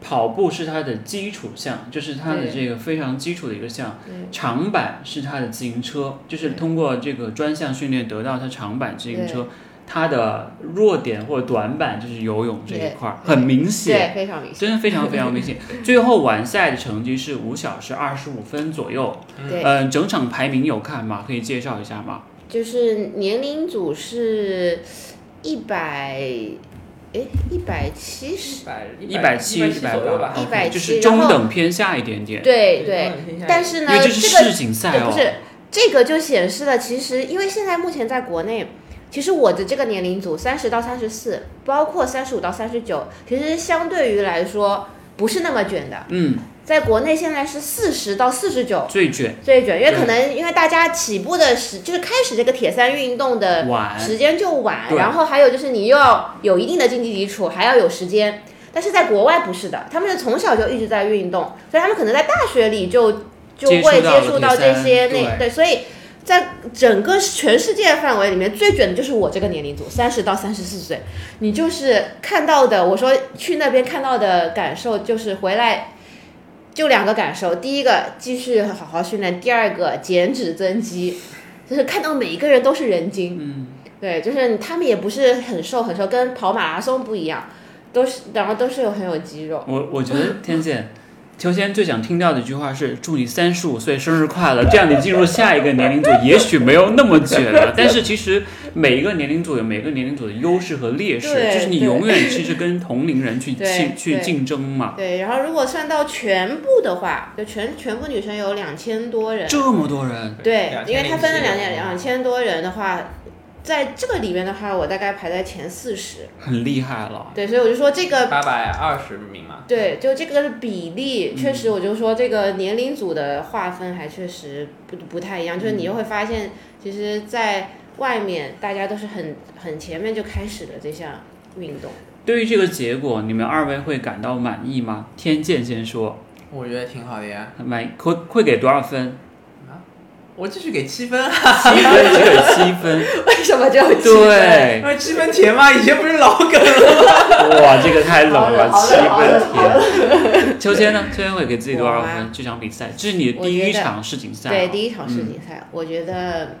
跑步是它的基础项，就是它的
对
这个非常基础的一个项
嗯。
长板是它的自行车，就是
对
通过这个专项训练得到它长板自行车。它的弱点或者短板就是游泳这一块儿，
对
很明显。
对，非常明显。
真的非常非常明 显，最后完赛的成绩是五小时二十五分左右。
对，
嗯，整场排名有看吗？可以介绍一下吗？
就是年龄组是一百，哎，一百七十，
百
一
百
百七、一
左
百
右
八
吧，，
170
就是中等偏下一点点。
对对。，但是
因
呢，
为这是
这个
世锦赛
对
哦
不，是这个就显示了，其实因为现在目前在国内，其实我的这个年龄组三十到三十四，包括三十五到三十九，其实相对于来说不是那么卷的。
嗯，
在国内现在是四十到四十九
最卷
最卷，因为
对
可能因为大家起步的时就是开始这个铁三运动的
晚，
时间就晚，
对
然后还有就是你又要有一定的经济基础，还要有时间。但是在国外不是的，他们是从小就一直在运动，所以他们可能在大学里就就
接触
会
到了
接触到
这
这
三
些
对
那对，所以在整个全世界范围里面最卷的就是我这个年龄组，三十到三十四岁，你就是看到的，我说去那边看到的感受就是回来。就两个感受，第一个继续好好训练，第二个减脂增肌，就是看到每一个人都是人精，
嗯，
对，就是他们也不是很瘦很瘦，跟跑马拉松不一样，都是然后都是有很有肌肉。
我我觉 得天健，秋千最想听到的一句话是“祝你三十五岁生日快乐”，这样你进入下一个年龄组，也许没有那么卷 了。但是其实每一个年龄组有每个年龄组的优势和劣势，
对
就是你
对
永远其实跟同龄人去
对
竞去
对
竞争嘛。
对，然后如果算到全部的话，就全全部女生有两千多人，
这么多人，
对，因为它分了两
点
两两千多人的话，在这个里面的话，我大概排在前四十。
很厉害了。
对，所以我就说这个
八百二十名嘛，
对，就这个比
嗯
例，确实，我就说这个年龄组的划分还确实不不太一样，就是
嗯
你就会发现，其实，在外面大家都是很很前面就开始了这项运 动。
对于这个结果，你们二位会感到满意吗？天剑先说，
我觉得挺好的呀。
满会会给多少分？
我继续给七分啊，
七分只有 七分，
为什么只有七分？
对
因，为七分甜嘛，以前不是老梗了。
哇，这个太冷
好冷
了，
好
七
冷好冷
分甜。秋千呢？秋千会给自己多少
我啊
分？这场比赛，这是你的
我
第
觉
一
得
场世锦赛啊，
对，第一场世锦赛，我觉得，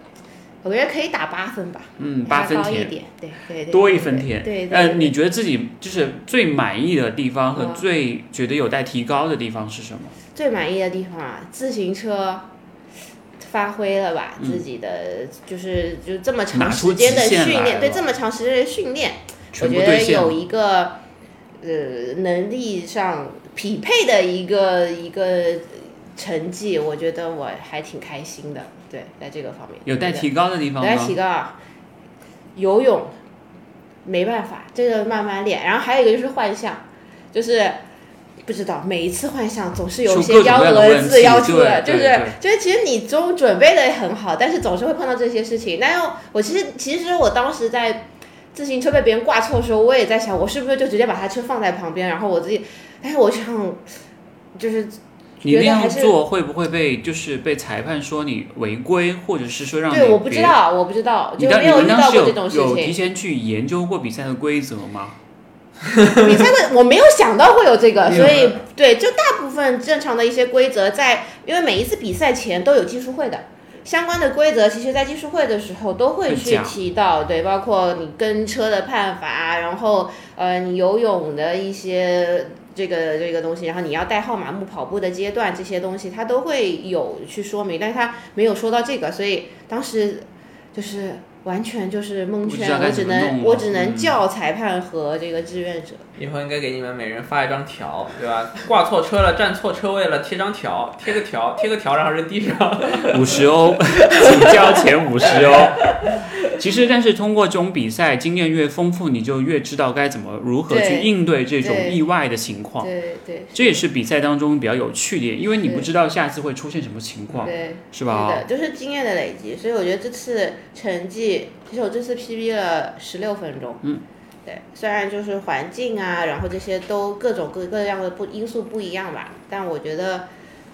我觉得可以打八分吧，
嗯，
还
八分
高一
甜，
点，对对对，
多一分甜。
对，对对嗯
呃，
对
你觉得自己就是最满意的地方和
我
最觉得有待提高的地方是什么？
最满意的地方啊，自行车发挥了吧、
嗯
自己的，就是就这么
拿
长
出
时间的
极限来
训练，对
了
这么长时间的训练，我
全部
觉
兑
得
现
有
了。
一个呃能力上匹配的一个一个成绩，我觉得我还挺开心的。对，在这个方面
有待
觉得
提高的地方
我来提
吗？
高啊，游泳没办法，这个慢慢练。然后还有一个就是幻象，就是不知道每一次幻象总是有一
出各
些
种
幺
各样的
蛾
问
子
题
要出来，
对
就是
对
就是其实你中准备的很好，但是总是会碰到这些事情。那又我其实其实我当时在自行车被别人挂错的时候，我也在想，我是不是就直接把他车放在旁边，然后我自己，但是我想就是
你那
觉得
样
还是
做会不会被就是被裁判说你违规，或者是说让
对，
你
我不知
别
道，我不知道，
你
就
当
没
你
有
们
遇
当
到
时
过这种
有
事
有
情
提。前去研究过比赛的规则吗？
比赛会我没有想到会有这个，
没有
所以对，就大部分正常的一些规则在，因为每一次比赛前都有技术会的。相关的规则，其实在技术会的时候都会
会
去
讲
提到，对，包括你跟车的判罚，啊然后呃，你游泳的一些这个这个东西，然后你要带号码木跑步的阶段这些东西，它都会有去说明，但是它没有说到这个，所以当时就是完全就是蒙
不知
圈
道，该
我只
怎么弄
能
了
我只能
嗯
叫裁判和这个志愿者。
以后应该给你们每人发一张条，对吧？挂错车了，站错车位了，贴张条，贴个条，贴个条，然后扔地上。
五十 欧，请交钱五十欧。其实，但是通过这种比赛，经验越丰富，你就越知道该怎么如何去
对
应对这种
对
意外的情况。
对对
这也是比赛当中比较有趣的，因为你不
对
知道下次会出现什么情况，
对，
是吧？
的，就是经验的累积，所以我觉得这次成绩，其实我这次 PB 了十六分钟。
嗯。
对，虽然就是环境啊，然后这些都各种各各样的不因素不一样吧，但我觉得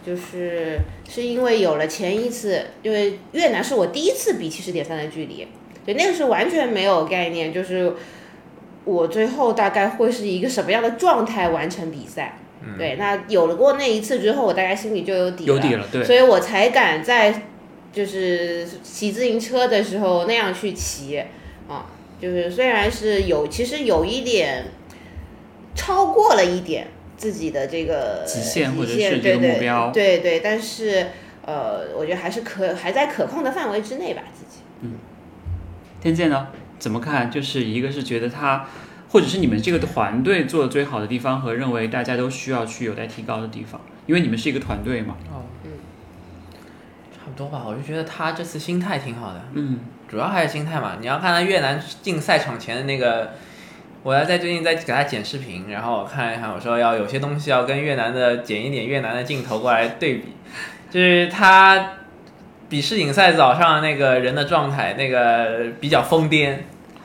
就是是因为有了前一次，因为越南是我第一次比七十点三的距离，对，那个是完全没有概念，就是我最后大概会是一个什么样的状态完成比赛。对，那有了过那一次之后，我大概心里就有底了。
嗯有底了，对。
所以我才敢在就是骑自行车的时候那样去骑啊，就是虽然是有，其实有一点超过了一点自己的这个
极限或者
极限
是这个
对对
目标
对对，但是呃，我觉得还是可还在可控的范围之内吧，自己。
天剑呢？怎么看？就是一个是觉得他，或者是你们这个团队做的最好的地方，和认为大家都需要去有待提高的地方，因为你们是一个团队嘛。
差不多吧，我就觉得他这次心态挺好的，
嗯，
主要还是心态嘛。你要看他越南进赛场前的那个，我要在最近在给他剪视频，然后我看一看，我说要有些东西要跟越南的剪一点越南的镜头过来对比，就是他比世锦赛早上那个人的状态，那个比较疯癫，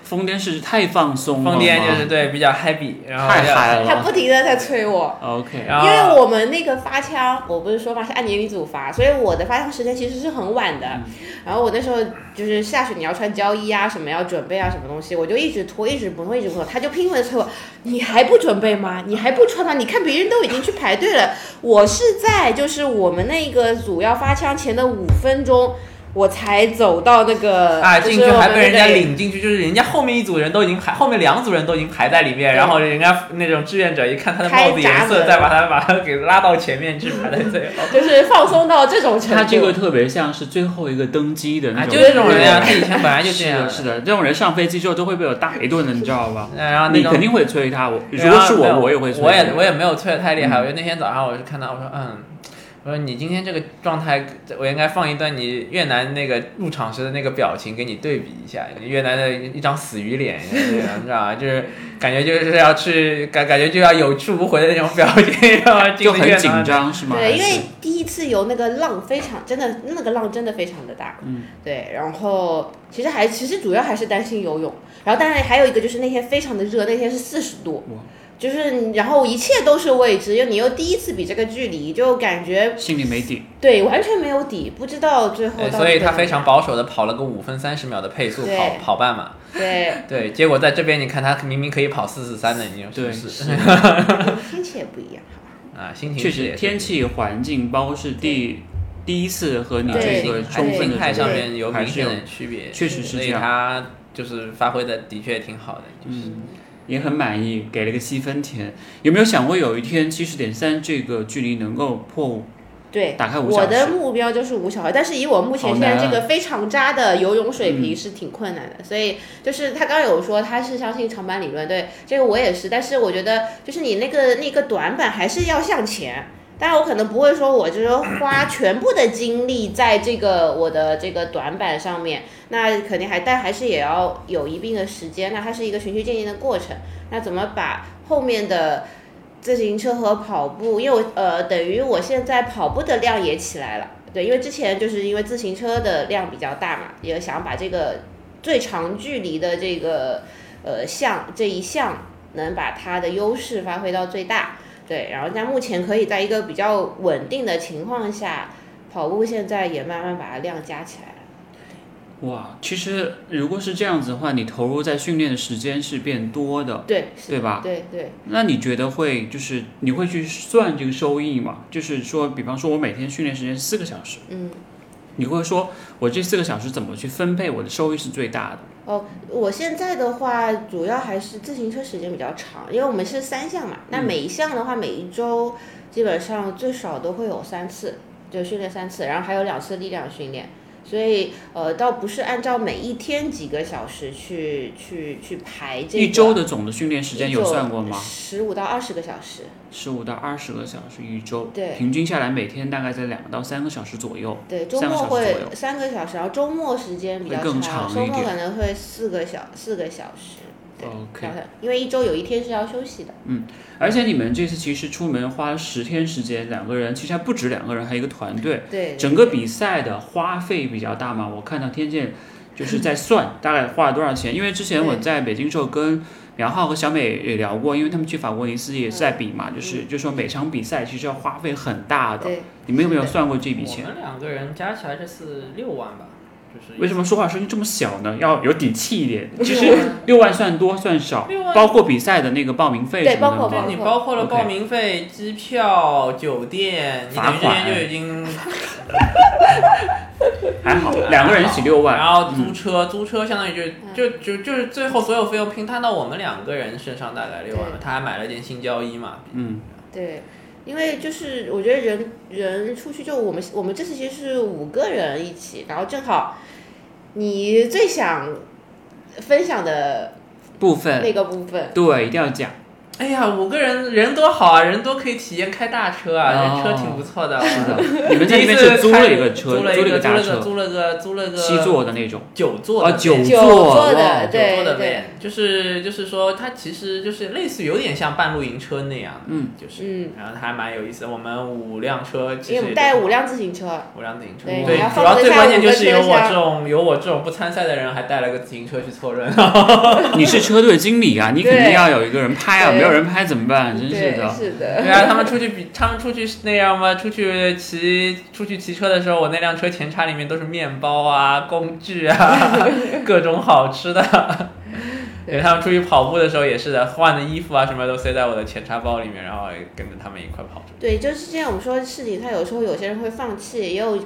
疯癫是太放松了
疯
吗，
癫就是对比较 happy，然后
太
要
嗨
他
了。
不停的在催我。
OK，
然
因
后
为我们那个发枪，我不是说嘛是按年龄组发，所以我的发枪时间其实是很晚的。
嗯
然后我那时候就是下雪，你要穿胶衣啊，什么要准备啊，什么东西，我就一直拖，一直不弄，一直不弄。他就拼命的催我，你还不准备吗？你还不穿吗？你看别人都已经去排队了，我是在就是我们那个组要发枪前的五分钟。我才走到那个
啊，
呃就是
进去
我们
还被人
那
家
个
领进去，就是人家后面一组人都已经排，后面两组人都已经排在里面，
对
然后人家那种志愿者一看他的
开
帽子颜
闸
色，
门
再把他把他给拉到前面去排在最 后。
就是放松到这种程度。
他这个特别像是最后一个登机的那
啊，
种，
就是这种人呀、
对
他以前本来就这样。
是的，是的，这种人上飞机之后都会被我打一顿的，你知道吧？
呃然后那
你
种
肯定会催他，我如
然
果
后
是
啊没有
我，我也会催。
我也我也没有催的太厉害。我就那天早上我就看到，我说嗯，我说你今天这个状态，我应该放一段你越南那个入场时的那个表情给你对比一下，你越南的一张死鱼脸， 你知道吧？就是感觉就是要去感感觉就要有去无回的那种表情，然后
就很紧张是吗？
对，因为第一次游那个浪非常真的，那个浪真的非常的大。
嗯，
对，然后其实还其实主要还是担心游泳，然后当然还有一个就是那天非常的热，那天是四十度
哇。
就是，然后一切都是未知，又你又第一次比这个距离，就感觉
心里没底，
对完全没有底，不知道最后到
对，
底
哎所以他
会
非常保守的跑了个五分三十秒的配速
对
跑跑半马，
对，
对，结果在这边你看他明明可以跑四四三的，你说
对
是不是？
天气也不一样。
啊，心情
确
是也
实
是
天气环境包是第第一次和你
对
这
对
个
还
充分
有啊心
的
态
这
上
个
面有
还
明
是
显
有
的区别，
确实是
所
这
以
样，
他就是发挥的的确挺好的，就是、
嗯也很满意，给了个七分甜。有没有想过有一天七十点三这个距离能够破五？
对，
打开五
我
小
的
时？
目标就是五小时，但是以我目前
好
现在
难啊
这个非常渣的游泳水平是挺困难的，所以就是他刚刚有说他是相信长板理论，对这个我也是，但是我觉得就是你那个那个短板还是要向前。当然，我可能不会说，我就是花全部的精力在这个我的这个短板上面，那肯定还，但还是也要有一定的时间。那它是一个循序渐进的过程。那怎么把后面的自行车和跑步，因为我呃等于我现在跑步的量也起来了，对，因为之前就是因为自行车的量比较大嘛，也想把这个最长距离的这个呃项这一项能把它的优势发挥到最大，对，然后在目前可以在一个比较稳定的情况下，跑步现在也慢慢把它量加起来了。
哇，其实如果是这样子的话，你投入在训练的时间是变多的，
对，是
对吧？
对对，
那你觉得会就是你会去算这个收益吗？就是说，比方说我每天训练时间四个小时，
嗯，
你会说我这四个小时怎么去分配我的收益是最大的？
我现在的话，主要还是自行车时间比较长，因为我们是三项嘛。
嗯
那每一项的话，每一周基本上最少都会有三次，就训练三次，然后还有两次力量训练。所以，呃，倒不是按照每一天几个小时去去去排这个
一周的总的训练时间有算过吗？
十五到二十个小时，
十五到二十个小时一周，
对
平均下来每天大概在两到三个小时左右。
对，周
三个
末
小时
会
左右
三个小时，然后周末时间比较
会更长一
周末
点
可能会四个小四个小时，对
OK，
两个因为一周有一天是要休息的。
而且你们这次其实出门花了十天时间，两个人其实还不止两个人，还有一个团队。
对，
整个比赛的花费比较大嘛，我看到天健就是在 算大概花了多少钱，因为之前我
对
在北京时候跟梁浩和小美也聊过，因为他们去法国尼斯也是在比嘛，就是就说每场比赛其实要花费很大的，
对，
你们有没有
是的
算过这笔
我
钱？
们两个人加起来这次六万吧，就是
为什么说话声音这么小呢？要有底气一 点。其实
六万
六万算多算少
六，万
包括比赛的那个报名费
对
什么的
包括
吗
对你包括了
OK
报名费、机票、酒店，你
罚
等于之前
款哎
就已经
还好，两个人一起六万，嗯
然后租车，租车相当于就是
嗯
就就就是最后所有费用平摊到我们两个人身上大概六万吧，他还买了件新交衣嘛，
嗯，
对，因为就是我觉得人人出去就我们我们这次其实是五个人一起，然后正好你最想分享的
部分
那个部分，
对一定要讲。
哎呀，五个人人多好啊，人多可以体验开大车啊，
哦
这车挺不错的。
是的
我，
你们在那边是租了一个车，
租了
租
一
了一个
租
大
了个
车，
租了个租了个
七座的那种。
九座的
啊九
van，
久
座
坐
哇
的，
九座
对
的 van，
对，
就是就是说它其实就是类似于有点像半露营车那样，
嗯，
就是。
嗯，
然后它还蛮有意思的，我们五辆车其
因为
实
我们
也
带
就
了五辆自行车，
五辆自行车，
对
你要
主
放
要
得
最
下
关
五
键
个
就是
车
有我
厢
这种有我这种不参赛的人，还带了个自行车去凑热闹。
你是车队经理啊，你肯定
对
要有一个人拍啊，
对
没有人拍怎么办？真是
对，
的。
是
对
的，
啊，他们出去比他们出去那样嘛，出去骑出去骑车的时候，我那辆车前叉里面都是面包啊、工具啊，各种好吃的。对他们出去跑步的时候也是的，换的衣服啊什么都塞在我的前叉包里面，然后也跟着他们一块跑出去。
对，就是这样。我们说事情，他有时候有些人会放弃，也有。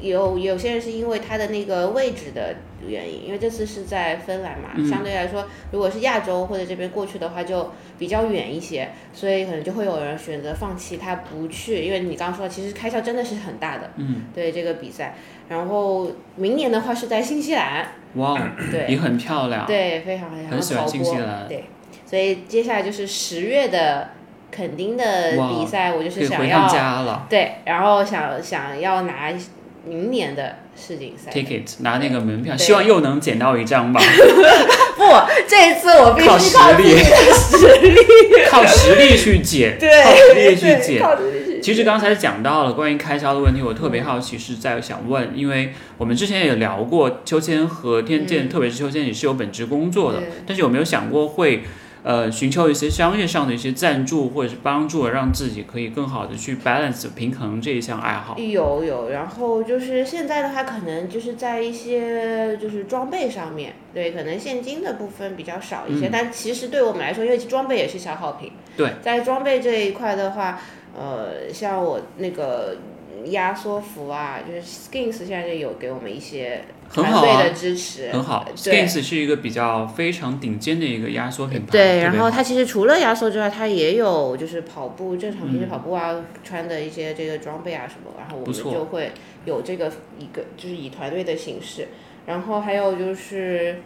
有有些人是因为他的那个位置的原因，因为这次是在芬兰嘛，
嗯
相对来说，如果是亚洲或者这边过去的话，就比较远一些，所以可能就会有人选择放弃，他不去，因为你刚刚说，其实开销真的是很大的，
嗯，
对这个比赛。然后明年的话是在新西兰，
哇哦，
对
也很漂亮。
对，非常非常
很喜欢新西兰
对，所以接下来就是十月的垦丁的
哇
比赛，我就
可
是
以
想
回趟
要
家了。
对，然后想想要拿明年的世锦赛。
ticket 拿那个门票，
对
希望又能捡到一张吧，
不，这一次我必须
靠实
靠自己
力
的实力，
靠实力去捡，
对，
靠实力去
对
捡。
靠自己去
其实刚才讲到了关于开销的问题，我特别好奇是在想问，因为我们之前也聊过，秋千和天剑，
嗯
特别是秋千也是有本职工作的
对，
但是有没有想过会，呃，寻求一些商业上的一些赞助或者是帮助，让自己可以更好的去 balance 平衡这一项爱好？
有有，然后就是现在的话，可能就是在一些就是装备上面，对，可能现金的部分比较少一些，
嗯
但其实对我们来说，因为装备也是消耗品。
对，
在装备这一块的话，呃，像我那个压缩服啊，就是 Skins 现在就有给我们一些
很
团
好
队
啊
的，支持，
很好。
对
Skins 是一个比较非常顶尖的一个压缩品牌，特
对，
别
然后
好
它其实除了压缩之外，它也有就是跑步正常平时跑步啊、穿的一些这个装备啊什么，然后我
嗯不
们
错
就会有这个一个就是以团队的形式，然后还有就是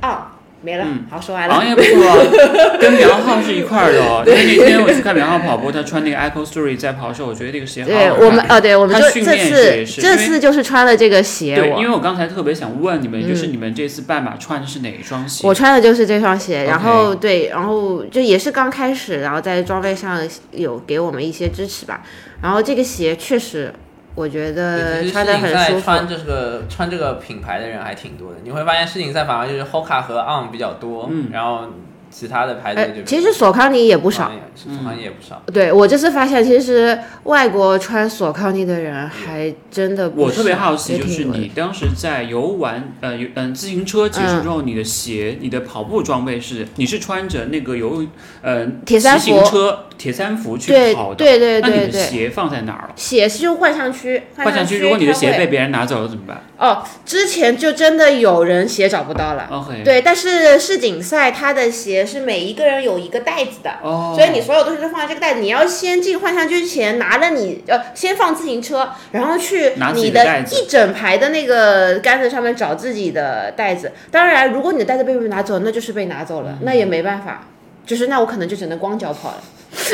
啊没了，
嗯
好说完了。
行业不错啊， 跟苗浩是一块儿的哦。因为那天我去看苗浩跑步，他穿那个 Echo Story 在跑的时候，我觉得那个鞋好好
对
看。啊
我们，哦，对我们
它
就
训
这
练时也
次
是
这
因为
次就是穿了这个鞋，
对，
我
因为我刚才特别想问你们，
嗯
就是你们这次半马穿的是哪一双鞋？
我穿的就是这双鞋，
OK
然后对，然后就也是刚开始，然后在装备上有给我们一些支持吧。然后这个鞋确实，我觉得
对其实
呃穿
世
的
锦
很
赛
舒服。
穿这个穿这个品牌的人还挺多的。你会发现世锦赛反而就是 Hoka 和 On 比较多，
嗯
然后其他的牌子
哎
就、，
其实索康尼也不
啊
少。，
好像也不少。
对我这次发现，其实外国穿索康尼的人还真的不
我
少。
特别好奇，
也
就
挺
是
多的
你当时在游玩，呃，游嗯，自行车结束之后，你的鞋、你的跑步装备是，你是穿着那个游，呃，
铁三
骑行
服
车铁三服去
对
跑的。
对对
那你
对
的
对，
鞋放在哪儿了？
鞋是用换上区，
换上
上
去，如果你的
它
鞋
会
被别人拿走了怎么办
哦，之前就真的有人鞋找不到了。
？OK，，
对，但是世锦赛它的鞋是每一个人有一个袋子的。
哦，
所以你所有东西都放在这个袋子，你要先进换上去之前拿了你呃，先放自行车，然后去
拿自己
你
的袋
的
子
一整排的那个杆子上面找自己的袋子。当然，如果你的袋子被人拿走，那就是被拿
嗯
走了，那也没办法，就是那我可能就只能光脚跑了。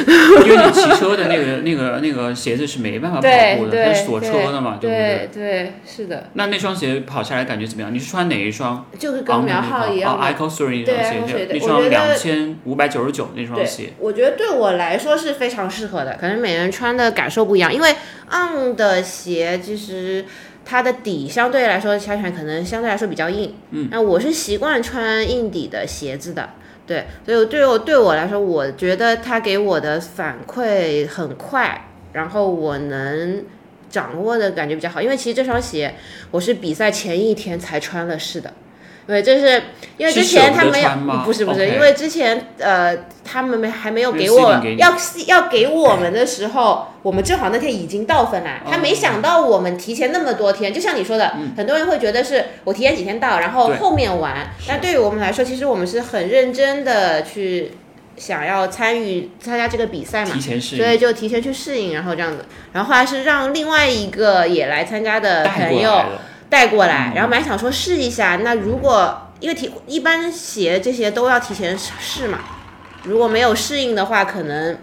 因为你骑车的那个、那个、那个鞋子是没办法跑
对
步的，
对
它是锁车的嘛，对不对？
对对，是的，
那那双鞋跑下来感觉怎么样？你是穿哪一双？
就是跟苗浩一样
哦
的。
，Icon Three
对
那双
Icon
鞋
Story
就，那
的
双
我觉
两
得
千五百九十九那双鞋，
我觉得对我来说是非常适合的，可能每人穿的感受不一样，因为 on 的鞋其实它的底相对来说穿起来可能相对来说比较硬，嗯，那我是习惯穿硬底的鞋子的。对，所以对我对我来说，我觉得它给我的反馈很快，然后我能掌握的感觉比较好。因为其实这双鞋我是比赛前一天才穿了试的，因为这是因为
是
之前
舍
他
不得
没
穿吗
有，不是不是
OK
因为之前呃他们没还没有
没
给
有
我
seeding 给你
要 se- 要给我们的时候，我们正好那天已经到芬兰，他没想到我们提前那么多天，就像你说的，很多人会觉得是我提前几天到，然后
嗯对
后面玩，但对于我们来说，其实我们是很认真的去想要参与参加这个比赛嘛
提。前试
所
一
以就提前去适应，然后这样子，然后后来是让另外一个也来参加的
带
朋
过
友，
来了。
带过
嗯
来，然后本来想说试一下，那如果因为提一般鞋这些都要提前试嘛，如果没有适应的话，可能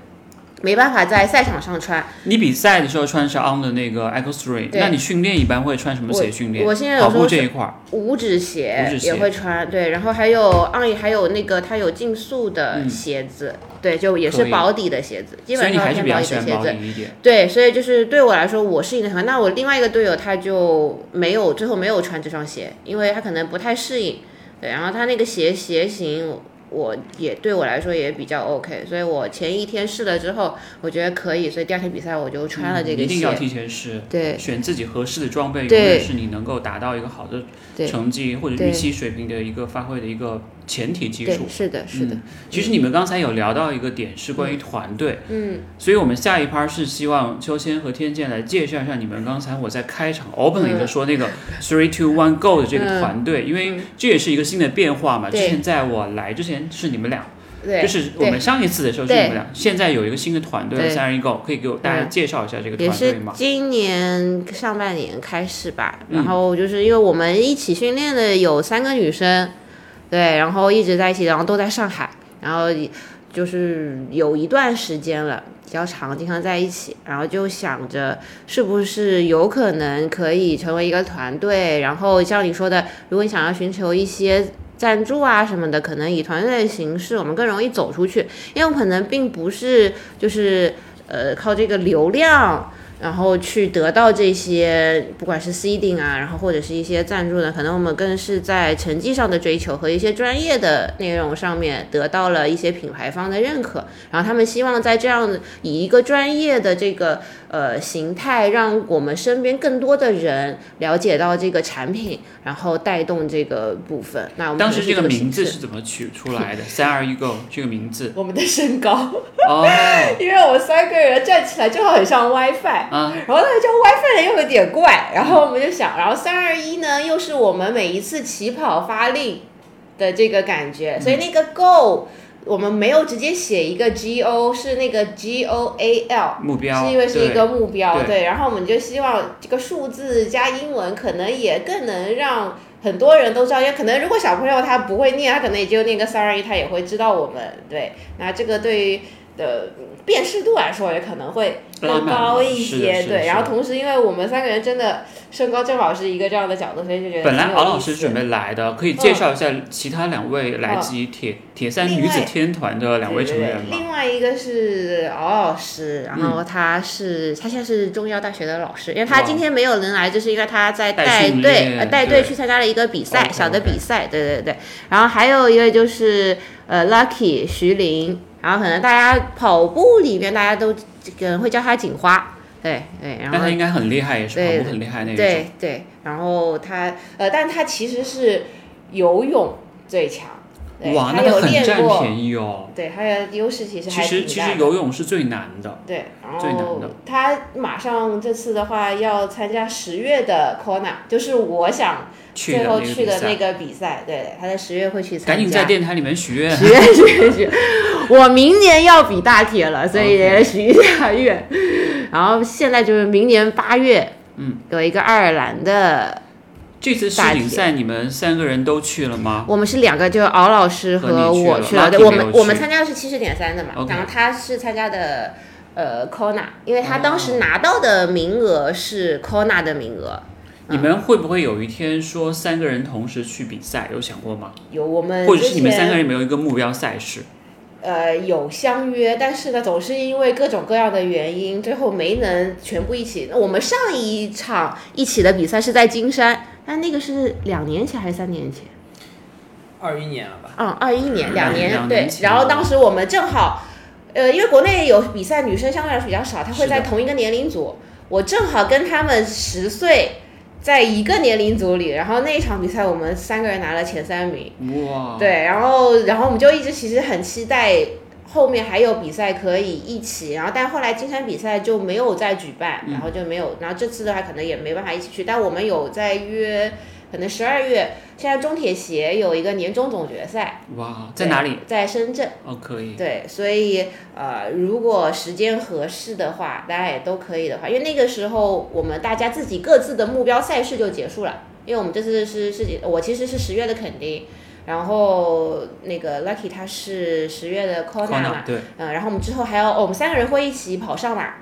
没办法在赛场上穿。
你比赛的时候穿是 On 的那个 Icon Three，
对
那你训练一般会穿什么鞋训练？
我现在有
跑
时候
步这一块儿，
五指
五指
鞋
鞋
也会穿，对，然后还有昂还有那个它有竞速的
嗯
鞋子，对，就也
可
是
以
保底的鞋子，基
所以
本
你
上
还
偏
是比较
保
喜
底的
欢
鞋
保
子。
底一点。
对，所以就是对我来说，我适应的很好。那我另外一个队友他就没有最后没有穿这双鞋，因为他可能不太适应。对，然后他那个鞋鞋型我，我也对我来说也比较 OK，所以我前一天试了之后，我觉得可以，所以第二天比赛我就穿了
嗯
这个
一定
鞋。
要提前试，
对
选自己合适的装备，永
对
远是你能够达到一个好的
对
成绩或者预
对
期水平的一个发挥的一个前提基
对
础，。
是的，是的
嗯，其实你们刚才有聊到一个点是关于团队，
嗯，
所以我们下一趴是希望秋千和天剑来介绍一下你们刚才我在开场
嗯
opening 的说那个 three two one go 的这个团队，因为这也是一个新的变化嘛。之
对
前在我来之前是你们俩，
对，
就是我们上一次的时候是你
对
们俩，现在有一个新的团队
对
三人一 go，可以给我大家
嗯
介绍一下这个
也
团队
是
吗？
今年上半年开始吧，
嗯
然后就是因为我们一起训练的有三个女生，对，然后一直在一起，然后都在上海，然后就是有一段时间了，比较长，经常在一起，然后就想着是不是有可能可以成为一个团队，然后像你说的，如果你想要寻求一些。赞助啊什么的，可能以团队的形式，我们更容易走出去，因为我可能并不是就是呃靠这个流量，然后去得到这些不管是 seeding 啊，然后或者是一些赞助呢，可能我们更是在成绩上的追求和一些专业的内容上面得到了一些品牌方的认可，然后他们希望在这样以一个专业的这个呃形态，让我们身边更多的人了解到这个产品，然后带动这个部分。那我们
当时
这
这个名
形
字
式
是怎么取出 来的？三二一 go 这个名字
我们的身高，
哦
因为我们三个人站起来正好很像 WiFi，
啊，
然后那叫 WiFi 的又有点怪，然后我们就想，然后三二一呢，又是我们每一次起跑发力的这个感觉，所以那个 Go 我们没有直接写一个 G O，是那个 G O A L。
目标
是因为是一
对
个目标，
对
对，然后我们就希望这个数字加英文，可能也更能让很多人都知道，因为可能如果小朋友他不会念，他可能也就念个三二一，他也会知道我们对。那这个对于的辨识度来说，也可能会
拉
更
满
高
了
一
是的
些，
是的
对。
是
然后
的
同时，因为我们三个人真的身高正好是一个这样的角度，所以就觉得
本来
挺有
敖
意
老师
思
准备来的，可以介绍一下其他两位来自于铁铁三
另
女子
外
天团的两位
对
成
对对
员嘛。
嗯
嗯
另外一个是敖老师，然后他是、他现在是中医药大学的老师，因为他
哇
今天没有能来，就是因为他在
带
带
训
队
练
呃带队
对哦
去参加了一个比赛
OK，
小的
OK
比赛，对对对。然后还有一位就是呃 Lucky 徐玲，然后可能大家跑步里面大家都可能会叫他锦花，对对，然
但
后
他应该很厉害，也是
对
跑步很厉害那一种。
对对，然后他呃，但他其实是游泳最强，对
哇，
他
那他
有
很
练
占
过。
便宜哦。
对，他的优势其实
其
还挺
实
大
其
的
实游泳是最难的，
对，然
最难
后
的
他马上这次的话要参加十月的 Kona，就是我想
去的
最后
那个比
去的那
赛。
个比赛。对，他在十月会去参加。
赶紧在电台里面许愿。啊
许愿 许愿许愿，我明年要比大铁了，所以也许一下愿。 然后现在就是明年八月，
嗯，
有一个爱尔兰的，
这次世锦赛你们三个人都去了吗？
我们是两个，就是敖老师
和你去
我
了
去了，
Lucky
对我
没
们
有
我们
去
参加的是七十点三的嘛
OK
然后他是参加的。呃，Kona，因为
哦
他当时拿到的名额是 Kona 的名额，
你
嗯
们会不会有一天说三个人同时去比赛？有想过吗？
有我们
或者是
嗯之
你们
前
三个人有没有一个目标赛事？
呃有相约，但是呢，总是因为各种各样的原因，最后没能全部一起。我们上一场一起的比赛是在金山，但那个是两年前还是三年前？
二一年了吧？
嗯，二一年，
两
两年
年
对。
前
然后当时我们正好，呃，因为国内有比赛，女生相对来说比较少，她
是
会
的
在同一个年龄组。我正好跟她们十岁在一个年龄组里，然后那一场比赛我们三个人拿了前三名。
哇，
对，然后然后我们就一直其实很期待后面还有比赛可以一起，然后但后来金山比赛就没有再举办，
嗯
然后就没有，然后这次的话可能也没办法一起去，但我们有在约，可能十二月现在中铁协有一个年终总决赛，
哇，在
对
哪里？？
在深圳。
哦，可以。
对，所以呃，如果时间合适的话，大家也都可以的话，因为那个时候我们大家自己各自的目标赛事就结束了，因为我们这次是是我其实是十月的肯定，然后那个 Lucky 他是十月的 Kona
康
嘛
纳，对，
嗯，然后我们之后还要、哦我们三个人会一起跑上马，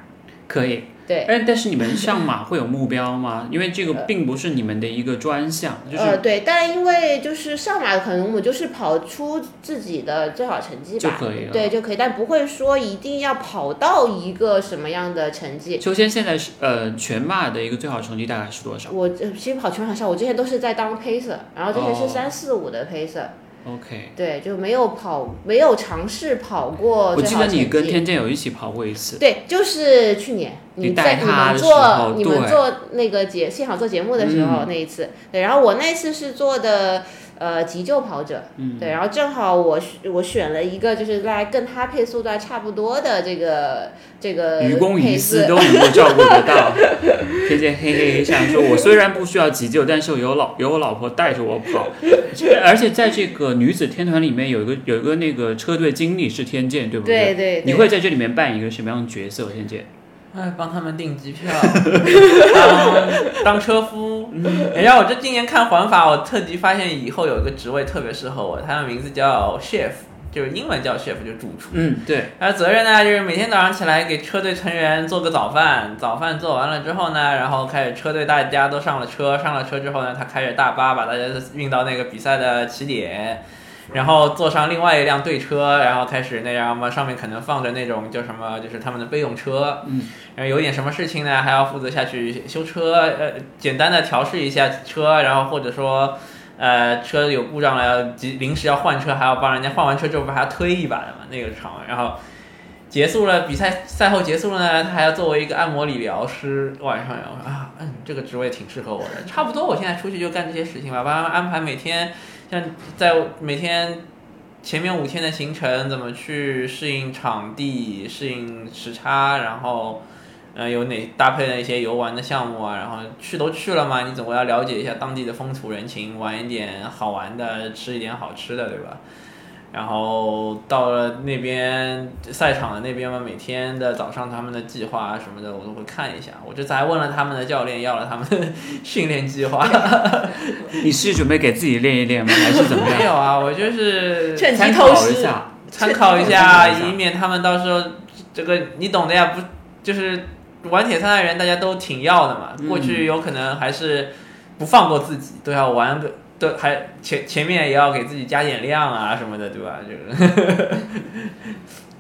可以。
对，
哎但但是你们上马会有目标吗？因为这个并不是你们的一个专项，就是
呃对，但因为就是上马可能我们就是跑出自己的最好成绩
就
吧，
可以了。
对就可以，但不会说一定要跑到一个什么样的成绩，
秋千现在是呃全马的一个最好成绩大概是多少
我呃其实跑全场上，我之前都是在当 pacer，然后之前
哦
是三四五的 pacer，、
？OK，
对，就没有跑，没有尝试跑过
我
哦最
记
好
得
成绩。
你跟天健有一起跑过一次，
对，就是去年
你带
在你
他
们
的时候
做你
对嗯
们做那个节现场做节目的时候、那一次，对，然后我那次是做的呃急救跑者，
嗯
对，然后正好我选我选了一个就是大概跟他配速段差不多的这个这个
愚公
配
移
速
私都能够照顾得到。 天健嘿嘿嘿笑说：“我虽然不需要急救，但是有老有我老婆带着我 跑，而且在这个女子天团里面有一个有一个那个车队经理是天健，对不
对对对，
你会在这里面扮演一个什么样的角色？天健，
哎，帮他们订机票， 当当车夫。
嗯
然后我这今年看环法，我特地发现以后有一个职位特别适合我，它的名字叫 chef，就是英文叫 chef，就是主厨。
嗯，对，
而责任呢，就是每天早上起来给车队成员做个早饭，早饭做完了之后呢，然后开始车队大家都上了车，上了车之后呢，他开着大巴把大家运到那个比赛的起点，然后坐上另外一辆队车，然后开始那样嘛，上面可能放着那种叫什么，就是他们的备用车，
嗯，
然后有点什么事情呢，还要负责下去修车，呃，简单的调试一下车，然后或者说。呃，车有故障了，要及临时要换车，还要帮人家换完车之后，不还要推一把的嘛？那个场，然后结束了比赛，赛后结束了呢，他还要作为一个按摩理疗师，晚上然后说啊，嗯，这个职位挺适合我的，差不多我现在出去就干这些事情吧，帮他们安排每天像在每天前面五天的行程怎么去适应场地、适应时差，然后。呃，有哪搭配了一些游玩的项目啊？然后去都去了嘛，你总归要了解一下当地的风土人情，玩一点好玩的，吃一点好吃的，对吧？然后到了那边赛场的那边嘛，每天的早上他们的计划啊什么的，我都会看一下。我这次还问了他们的教练要了他们的训练计划，
你是准备给自己练一 练吗？还是怎么
没
样？
有啊，我就是
趁机
参
偷
考一
师。
下，
参考一
参
下，
考一下
以免他们到时候这个你懂的呀，不就是玩铁三的人大家都挺要的嘛，
嗯
过去有可能还是不放过自己，都要玩个。都还前前面也要给自己加点量啊什么的，对吧？就是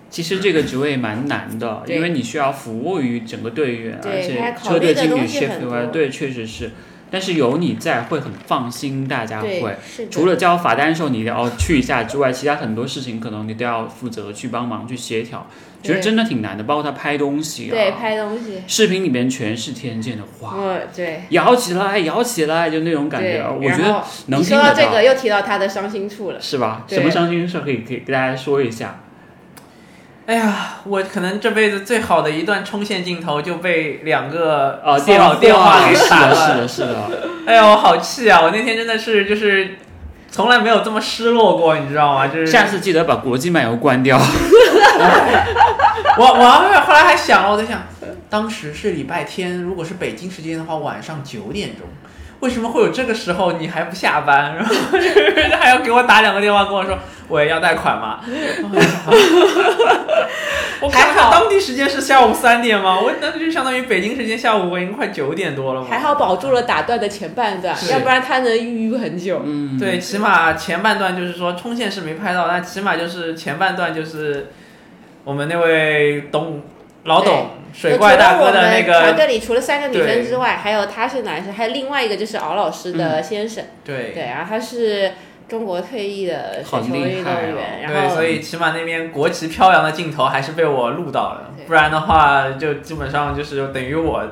其实这个职位蛮难的，
对
因为你需要服务于整个队员，
对
而
他
且
考
车
虑
队
的
经
东
理、
西
chef
很
以外，
多
对，确实是。但是有你在，会很放心，大家会。
对，是的
除了交罚单的时候你要去一下之外，其他很多事情可能你都要负责去帮忙去协调，其实
对
真的挺难的，包括他拍东西啊，
对拍东西，
视频里面全是天见的话，
嗯，对。
摇起来，摇起来，就那种感
对，
觉，啊我觉
然
得
后
能
你
听
说
得
到
到，
这个，又提到他的伤心处了。
是吧？
对
什么伤心事可以可以给大家说一下？
哎呀，我可能这辈子最好的一段冲线镜头就被两个
呃，
骚
电
扰啊电话给
是
打
的，
了，
是的，是的，
哎呀，我好气啊！我那天真的是就是从来没有这么失落过，你知道吗？就是
下次记得把国际漫游关掉。
我我后面后来还想了，我在想，当时是礼拜天，如果是北京时间的话，晚上九点钟，为什么会有这个时候你还不下班？然后 就是还要给我打两个电话跟我说，喂，要贷款吗？
我
还
还
好
好
当地时间是下午三点吗？我那就相当于北京时间下午我已经快九点多了嘛。
还好保住了打断的前半段，
是
要不然他能郁郁很久。
嗯，
对，起码前半段就是说冲线是没拍到，但起码就是前半段就是我们那位董老董水怪大哥的那
除了我们团
个，
队里除了三个女
对
生之外，还有他是男生，还有另外一个就是敖老师的
嗯
先生，
对
对，然后他是中国退役的水
很
球
厉
运动
害哦
员，然
对，
后
所以起码那边国旗飘扬的镜头还是被我录到了
对，
不然的话就基本上就是等于我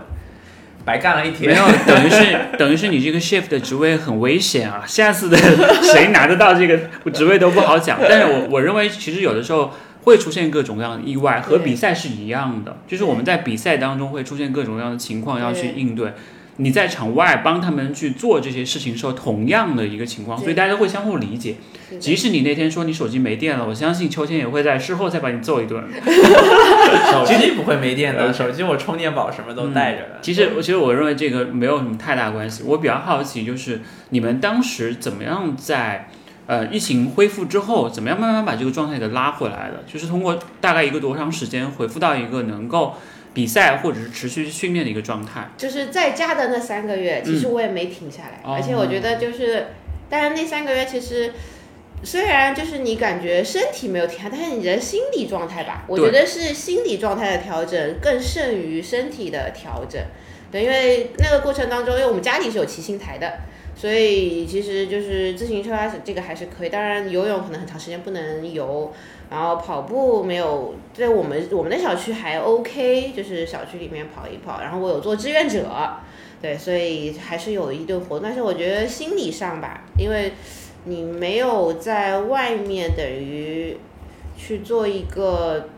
白干了 一
没
天。
有，等于是等于是你这个 chef 的职位很危险啊！下次的谁拿得到这个职位都不好讲。但是我我认为，其实有的时候会出现各种各样的意外，和
对
比赛是一样的，就是我们在比赛当中会出现各种各样的情况要去
对
应对。你在场外帮他们去做这些事情的时候，同样的一个情况，
对
所以大家会相互理解。
是的
即使你那天说你手机没电了，我相信秋千也会在事后再把你揍一顿。
手机不会没电的，手机我充电宝什么都带着的。
其实，我其实我认为这个没有什么太大关系。我比较好奇，就是你们当时怎么样在呃疫情恢复之后，怎么样慢慢把这个状态给拉回来的？就是通过大概一个多长时间恢复到一个能够比赛或者是持续训练的一个状态？
就是在家的那三个月，其实我也没停下来，
嗯哦
而且我觉得就是，当然那三个月其实。虽然就是你感觉身体没有停下，但是你的心理状态吧，我
对
觉得是心理状态的调整更胜于身体的调整。对，因为那个过程当中，因为我们家里是有骑行台的，所以其实就是自行车啊这个还是可以。当然游泳可能很长时间不能游，然后跑步没有，在我们我们的小区还 OK，就是小区里面跑一跑。然后我有做志愿者，对，所以还是有一定活动。但是我觉得心理上吧，因为你没有在外面等于去做一个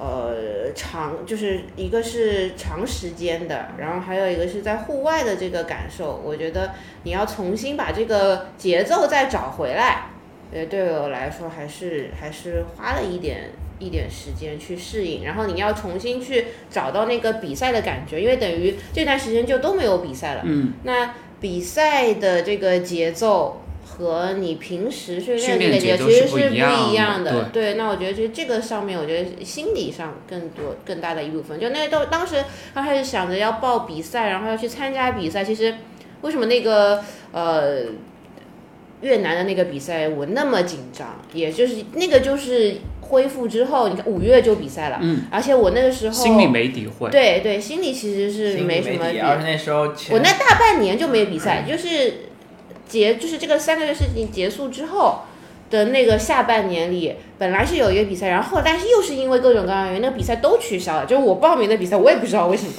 呃长，就是一个是长时间的，然后还有一个是在户外的这个感受。我觉得你要重新把这个节奏再找回来，呃，对我来说还是还是花了一点。一点时间去适应，然后你要重新去找到那个比赛的感觉，因为等于这段时间就都没有比赛了。
嗯，
那比赛的这个节奏和你平时训
训练
练那个
节
节
奏
其实
是不一
不
样
一样
的
对，那我觉得其实这个上面，我觉得心理上更多更大的一部分，就那都当时刚开始想着要报比赛，然后要去参加比赛，其实为什么那个呃。越南的那个比赛，我那么紧张，也就是那个就是恢复之后，你看五月就比赛了，
嗯，
而且我那个时候
心里没底会，
对对，心里其实是
心里
没什
没
么
底，
底
而且那时候
我
前
那大半年就没比
嗯
赛，就是结就是这个三个月事情结束之后的那个下半年里，本来是有一个比赛，然后但是又是因为各种各样的原因，那个比赛都取消了。就是我报名的比赛，我也不知道为什么，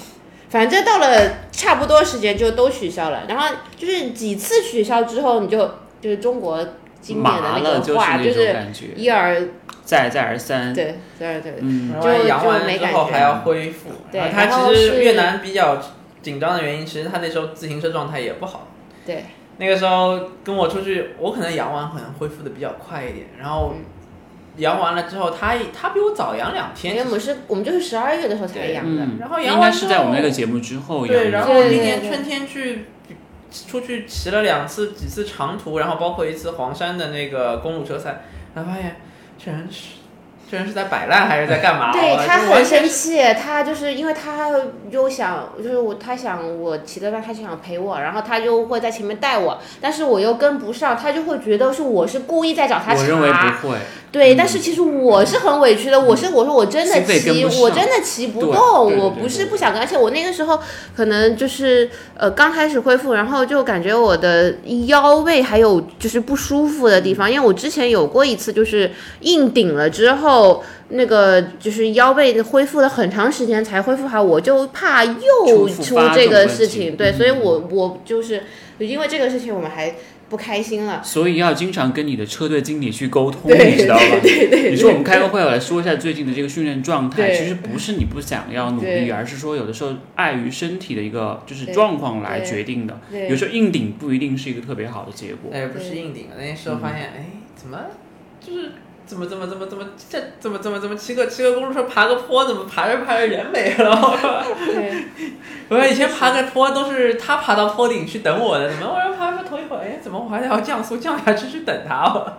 反正到了差不多时间就都取消了。然后就是几次取消之后，你就就是中国经典的
麻
那
了
个
是
话，就
那种
是
感觉，
一而
再再而三，
对，对对对。
嗯，
然
就
后阳
就
完
没
之
感
后
觉
还要恢复。
对
然后他
然后
其实
是
越南比较紧张的原因，其实他那时候自行车状态也不好。
嗯
对。
那个时候跟我出去，我可能阳完可能恢复的比较快一点，然后
嗯
阳完了之后，他他比我早阳两
因
天
为我。们是，我们就是十二月的时候才
对
养的，
嗯，
然后
应
阳
该
完
是
之
在我们那
后
个节目之后
对，然
养
后
的
对
那
对
年
对
春天去出去骑了两次几次长途，然后包括一次黄山的那个公路车赛，然后发现居然是居然是在摆烂还是在干嘛？
对
我
他
就完
很生
全
气，他就是因为他又想，就是我他想我骑得慢，他就想陪我，然后他就会在前面带我，但是我又跟不上，他就会觉得是我是故意在找他
我认为
茬。
不会，
对，
嗯
但是其实我是很委屈的，我是我说我真的
心肺跟
骑，
不上
我真的骑不
对
动，
对对
我
对
不是
对
不想跟，而且我那个时候可能就是呃刚开始恢复，然后就感觉我的腰背还有就是不舒服的地方，因为我之前有过一次就是硬顶了之后，那个就是腰背恢复了很长时间才恢复好，我就怕又
重复
出
发
这
这种
个
问
事
题
情，对，所以
嗯
我我就是因为这个事情我们还不开心了，
所以要经常跟你的车队经理去沟通，
对
你知道吧？
对对
你说我们开个会，我来说一下最近的这个训练状态。
对
其实不是你不想要努力，
对
而是说有的时候碍于身体的一个就是
对
状况来
对
决定的。
对
有时候硬顶不一定是一个特别好的结果。
哎不是硬顶了，那时候发现
嗯
哎怎么就是。怎么怎么怎么怎么这怎么怎么怎么骑个骑个公路车爬个坡，怎么爬着爬着人没了？
对。
我以前爬个坡都是他爬到坡顶去等我的，怎么我要爬到头一会儿，哎，怎么我还要降速降下去去等他？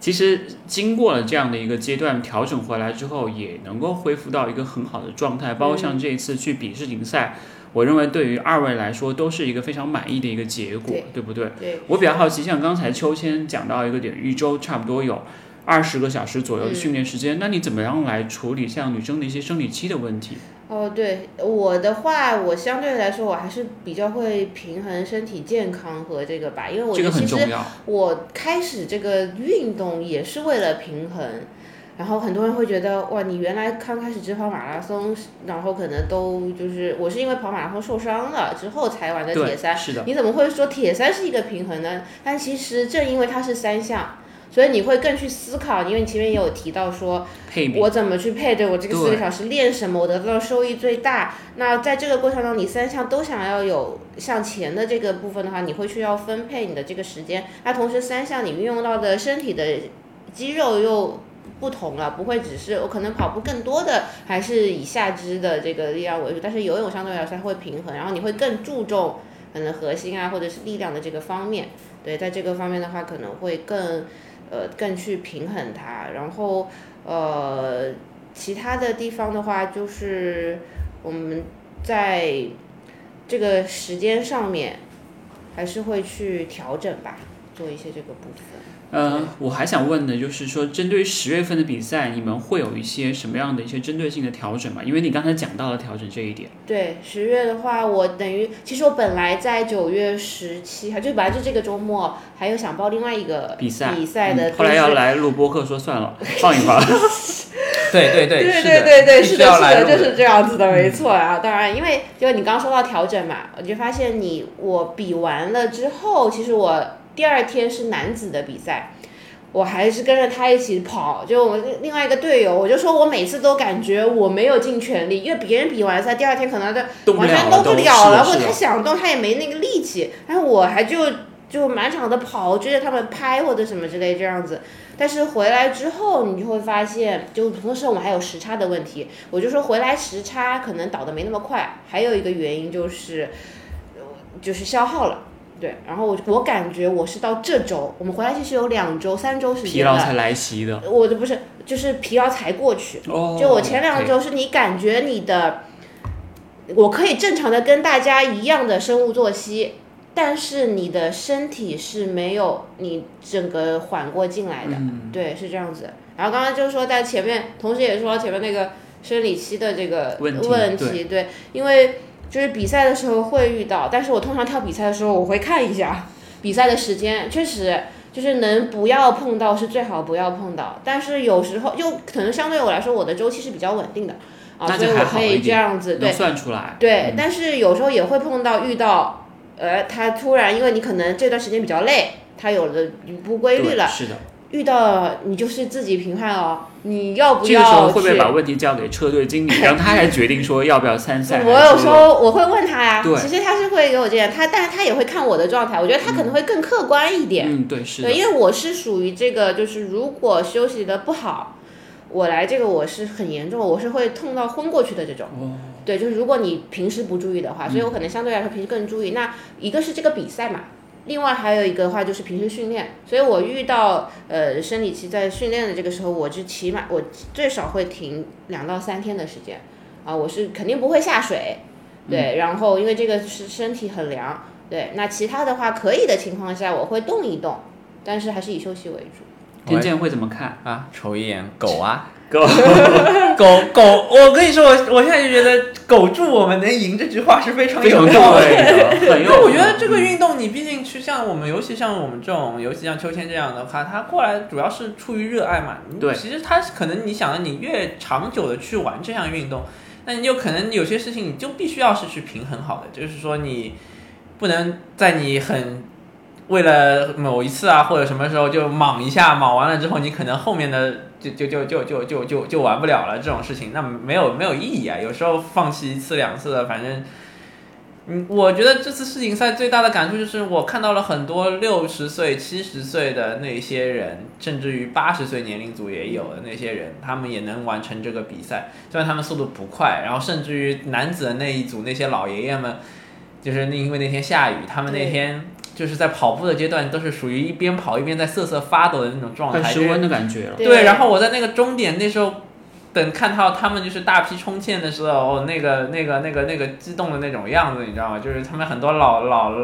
其实经过了这样的一个阶段调整回来之后，也能够恢复到一个很好的状态。包括像这一次去比世锦赛，我认为对于二位来说都是一个非常满意的一个结果
对，
对不对？
对
我比较好奇，像刚才秋千讲到一个点，一周差不多有二十个小时左右的
嗯
训练时间，那你怎么样来处理像女生的一些生理期的问题？
哦，对我的话，我相对来说我还是比较会平衡身体健康和这个吧，因为我
这个
觉得
很
其
重
实
要。
我开始这个运动也是为了平衡。然后很多人会觉得，哇，你原来刚开始只跑马拉松，然后可能都就是我是因为跑马拉松受伤了之后才玩的铁
对，
三，
是的，
你怎么会说铁三是一个平衡呢？但其实正因为它是三项，所以你会更去思考，因为你前面也有提到说，
配比
我怎么去配对我这个
对
四个小时练什么，我得到的收益最大。那在这个过程中，你三项都想要有向前的这个部分的话，你会需要分配你的这个时间。那同时三项你运用到的身体的肌肉又不同了，不会只是我可能跑步更多的还是以下肢的这个力量为主，但是游泳相对来说它会平衡，然后你会更注重可能核心啊或者是力量的这个方面。对，在这个方面的话，可能会更呃更去平衡它，然后。呃，其他的地方的话，就是我们在这个时间上面还是会去调整吧，做一些这个部分。
呃，我还想问的就是说，针对于十月份的比赛，你们会有一些什么样的一些针对性的调整吗？因为你刚才讲到了调整这一点，
对，十月的话，我等于其实我本来在九月十七，还就本来就这个周末，还有想报另外一个
比赛
比赛的，
嗯后来要来录播客，说算了，放一 放。
对对
对
是
对
的，
对对，
必
是
须要
是
来
的，
录嗯
就是这样子的，没错啊。当然，因为就你刚刚说到调整嘛，我就发现你我比完了之后，其实我第二天是男子的比赛。我还是跟着他一起跑，就我另另外一个队友，我就说我每次都感觉我没有尽全力，因为别人比完赛第二天可能就
动不
完
了
全
了
动不
都
了了，
是
或
的是
者他
的
想动他也没那个力气，但是我还就就满场的跑，追着他们拍或者什么之类这样子。但是回来之后，你就会发现，就同时我们还有时差的问题。我就说回来时差可能倒的没那么快，还有一个原因就是，呃就是消耗了。对，然后我我感觉我是到这周，我们回来其实有两周、三周时
疲
间
劳才
了，
来袭的。
我的不是就是疲劳才过去，
哦，
就我前两周是你感觉你的，我可以正常的跟大家一样的生物作息，但是你的身体是没有你整个缓过劲来的，
嗯
对，是这样子。然后刚刚就说在前面，同时也说到前面那个生理期的这个
问题
对因为就是比赛的时候会遇到，但是我通常跳比赛的时候我会看一下比赛的时间，确实。就是能不要碰到是最好不要碰到，但是有时候就可能相对我来说，我的周期是比较稳定的啊，
那
所以
就还
我
好
可
一
以
点
这样子
能嗯
对
算出来。
对，但是有时候也会碰到遇到，呃，他突然因为你可能这段时间比较累，他有了不规律
对
了，
是的，
遇到你就是自己评判哦，你要不
这个时候
要
会不
去
会？把问题交给车队经理，让他来决定说要不要参 赛？
我有时候我会问他呀
对，
其实他是会给我这样，他但是他也会看我的状态，我觉得他可能会更客观一点。
嗯，对，是的
对，，因为我是属于这个，就是如果休息的不好，我来这个我是很严重的，我是会痛到昏过去的这种。
哦
对，就是如果你平时不注意的话，所以我
嗯
可能相对来说平时更注意。那一个是这个比赛嘛，另外还有一个的话就是平时训练。所以我遇到呃生理期在训练的这个时候，我是起码我最少会停两到三天的时间啊，我是肯定不会下水。
嗯
对，然后因为这个是身体很凉，对，那其他的话可以的情况下，我会动一动，但是还是以休息为主。
天健会怎么看？
啊，瞅一眼狗啊，
狗
狗狗，我跟你说，我我现在就觉得“狗助我们能赢”这句话是非常
非常
有
对
道理。
的，很
因
有。
为我觉得这个运动，你毕竟去像我们，尤其像我们这种，尤其像秋千这样的话，他过来主要是出于热爱嘛。你
对
其实他可能你想，你越长久的去玩这项运动，那你有可能有些事情你就必须要是去平衡好的，就是说你不能在你很为了某一次啊或者什么时候就莽一下，莽完了之后，你可能后面的就就就就就就就就玩不了了这种事情，那没有没有意义啊。有时候放弃一次两次的，反正。嗯，我觉得这次世锦赛最大的感触就是，我看到了很多六十岁、七十岁的那些人，甚至于八十岁年龄组也有的那些人，他们也能完成这个比赛。虽然他们速度不快，然后甚至于男子的那一组那些老爷爷们，就是那因为那天下雨，他们那
对
天就是在跑步的阶段都是属于一边跑一边在瑟瑟发抖的那种状态，
快
就
失
是
温的感觉了。
对，然后我在那个终点那时候，等看到他们就是大批冲线的时候，哦，那个那个那个那个激动的那种样子，你知道吗？就是他们很多老老，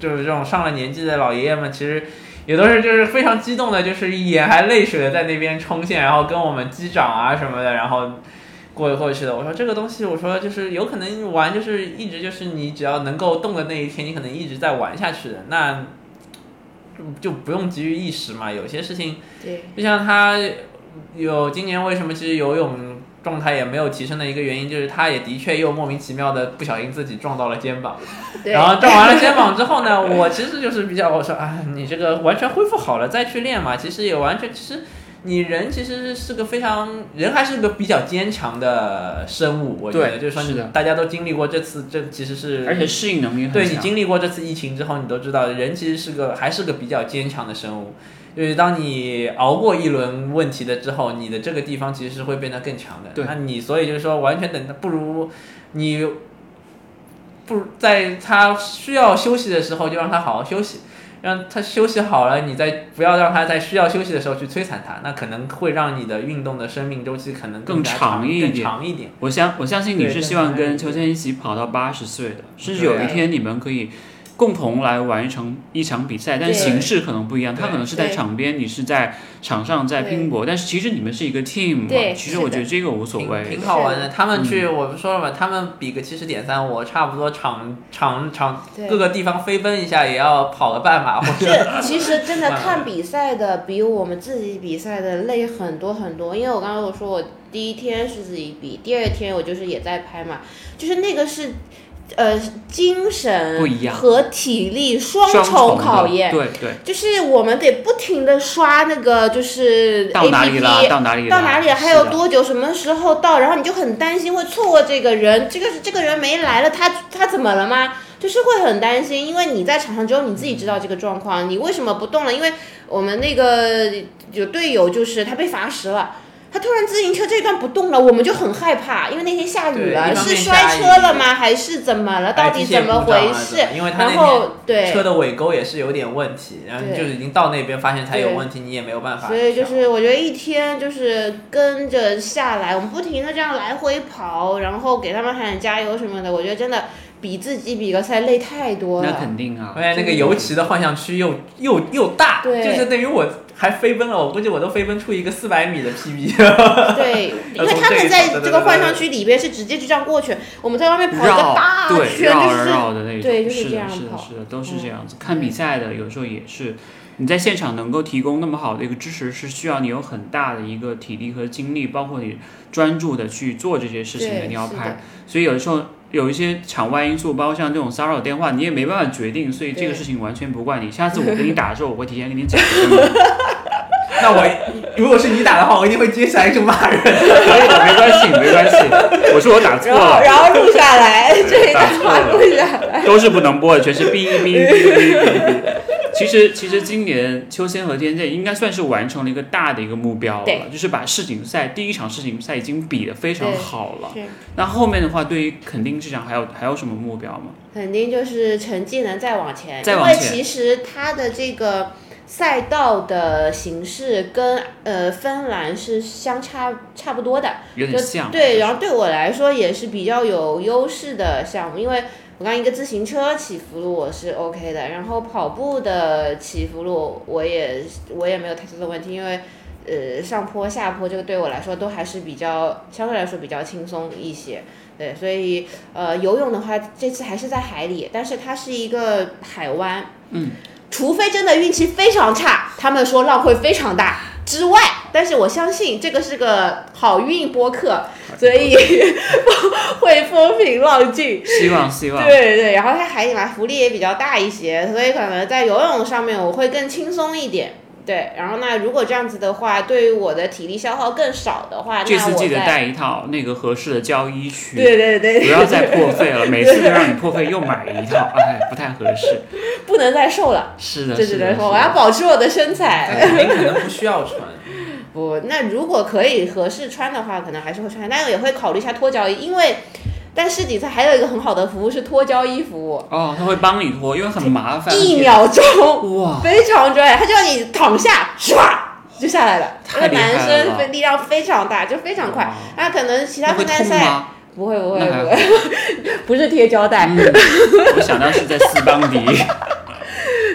就是这种上了年纪的老爷爷们，其实也都是就是非常激动的，就是眼含泪水的在那边冲线，然后跟我们击掌啊什么的，然后。过过去的，我说这个东西，我说就是有可能玩，就是一直就是你只要能够动的那一天，你可能一直在玩下去的，那就就不用急于一时嘛。有些事情
对，
就像他有今年为什么其实游泳状态也没有提升的一个原因，就是他也的确又莫名其妙的不小心自己撞到了肩膀，
对，
然后撞完了肩膀之后呢，我其实就是比较我说啊，你这个完全恢复好了再去练嘛，其实也完全其实。你人其实是个非常人还是个比较坚强的生物，我觉得
对
就是说
是
你
的
大家都经历过这次，这其实是
而且适应能力很
对你
强。
经历过这次疫情之后，你都知道人其实是个还是个比较坚强的生物。就是当你熬过一轮问题的之后，你的这个地方其实是会变得更强的。
对
那你所以就是说，完全等到不如你不如在他需要休息的时候就让他好好休息，让他休息好了，你再不要让他在需要休息的时候去摧残他，那可能会让你的运动的生命周期可能
更
加
长
长
一
更
点
长一点。
我相我相信你
对
是
但
希
是
望
还
跟
有
秋千一起跑到八十岁的，甚至
对
有一天你们可以共同来完成一场比赛，但
对
形式可能不一样。
对
他可能是在
对
场边，你是在场上在
对
拼搏，但是其实你们是一个 team 嘛。
对
其
是
实我
的
觉得这个无所
挺
谓
挺
的。
好玩的。嗯他们去，我们说了嘛，他们比个七十点三，我差不多场场场
对
各个地方飞奔一下，也要跑个 半马或者
这其实真的
慢慢
看比赛的比我们自己比赛的累很多很多，因为我刚刚我说我第一天是自己比，第二天我就是也在拍嘛，就是那个是，呃，精神
不一样
和体力双
双
重
的
考验，
对对，
就是我们得不停的刷那个就是
到哪里了？
APP。
到哪里了？
到哪里了？还
是
有
的
多久？什么时候到？然后你就很担心会错过这个人，这个这个人没来了，他他怎么了吗？就是会很担心，因为你在场上只有你自己知道这个状况，你为什么不动了？因为我们那个有队友就是他被罚时了，他突然自行车这一段不动了，我们就很害怕，因为那天下雨
对
了，
一方面
是摔车了吗？还是怎么了？到底怎么回事？
啊因为他那
然
天
后对
车，的尾钩也是有点问题，然后
对
就是已经到那边发现它有
对
问题，你也没有办法调。
所以就是我觉得一天就是跟着下来，我们不停的这样来回跑，然后给他们喊喊加油什么的，我觉得真的比自己比个赛累太多
那
了。
肯定啊
而。且那个油漆的幻象区又又又大，
嗯对
就是等于我还飞奔了，我估计我都飞奔出一个四百米的 PB。
对，因为
从
他
这
们
一
在
层对
这
对
个
对
换
对
上区里边是直接就这样过去，我们在外面跑一个
绕
大
对
圈，
绕
就
而
是
绕的那种，
对就是
是
这
的，
样
是的，
跑嗯
是的，都是这样子。看比赛的有时候也是，你在现场能够提供那么好的一个支持，是需要你有很大的一个体力和精力，包括你专注的去做这些事情的，
对
你要
是
拍
的。
所以有的时候有一些场外因素，包括像这种骚扰电话，你也没办法决定，所以这个
对
事情完全不怪你。下次我给你打的时候，我会提前给你 讲一声，
那我如果是你打的话，我一定会接下来就骂人。
可以的，没关系，没关系。我说我打错
然后
了，
然后录下来，这一
打
段
错
话
了
录下来。
都是不能播的，全是哔哔哔哔哔哔。其实，其实今年秋千和天剑应该算是完成了一个大的一个目标
对
了，就是把世锦赛第一场世锦赛已经比得非常好了。
是
那后面的话，对于肯定这场还有还有什么目标吗？
肯定就是成绩能再往前，
再往前
因为其实它的这个赛道的形式跟呃芬兰是相差差不多的，
有点像，啊
对，然后对我来说也是比较有优势的项目，因为我刚一个自行车起伏路我是 OK 的，然后跑步的起伏路我也我也没有太多的问题，因为呃上坡下坡这个对我来说都还是比较相对来说比较轻松一些。对，所以呃游泳的话，这次还是在海里，但是它是一个海湾，
嗯，
除非真的运气非常差，他们说浪会非常大之外，但是我相信这个是个好运播客， 所以会风平浪静。
希望希望。
对对，然后它海里嘛，浮力也比较大一些，所以可能在游泳上面我会更轻松一点。对，然后那如果这样子的话，对于我的体力消耗更少的话，
这
那
次
我
记得
在
带一套那个合适的胶衣去。
对对对，
不要再破费了，每次都让你破费又买一套，哎，不太合 适。
不能再瘦了，
是的，
这
是
只
的，
能
是
说我要
的。
保持我的身材。
但肯定哎可能不需要穿，
不，那如果可以合适穿的话，可能还是会穿，但也会考虑一下脱脚衣，因为但世锦赛还有一个很好的服务是脱胶衣服务，
哦，他会帮你脱，因为很麻烦。
一秒钟
哇，
非常专业，他就让你躺下，唰就下来了。
太
因为
厉害
男
了
生非力量非常大，就非常快
哇。
那可能其
那
他
会
分站
痛
赛
吗？
不会不会
那还嗯
不会， 不是贴胶带，
我想到是在斯邦迪，
啊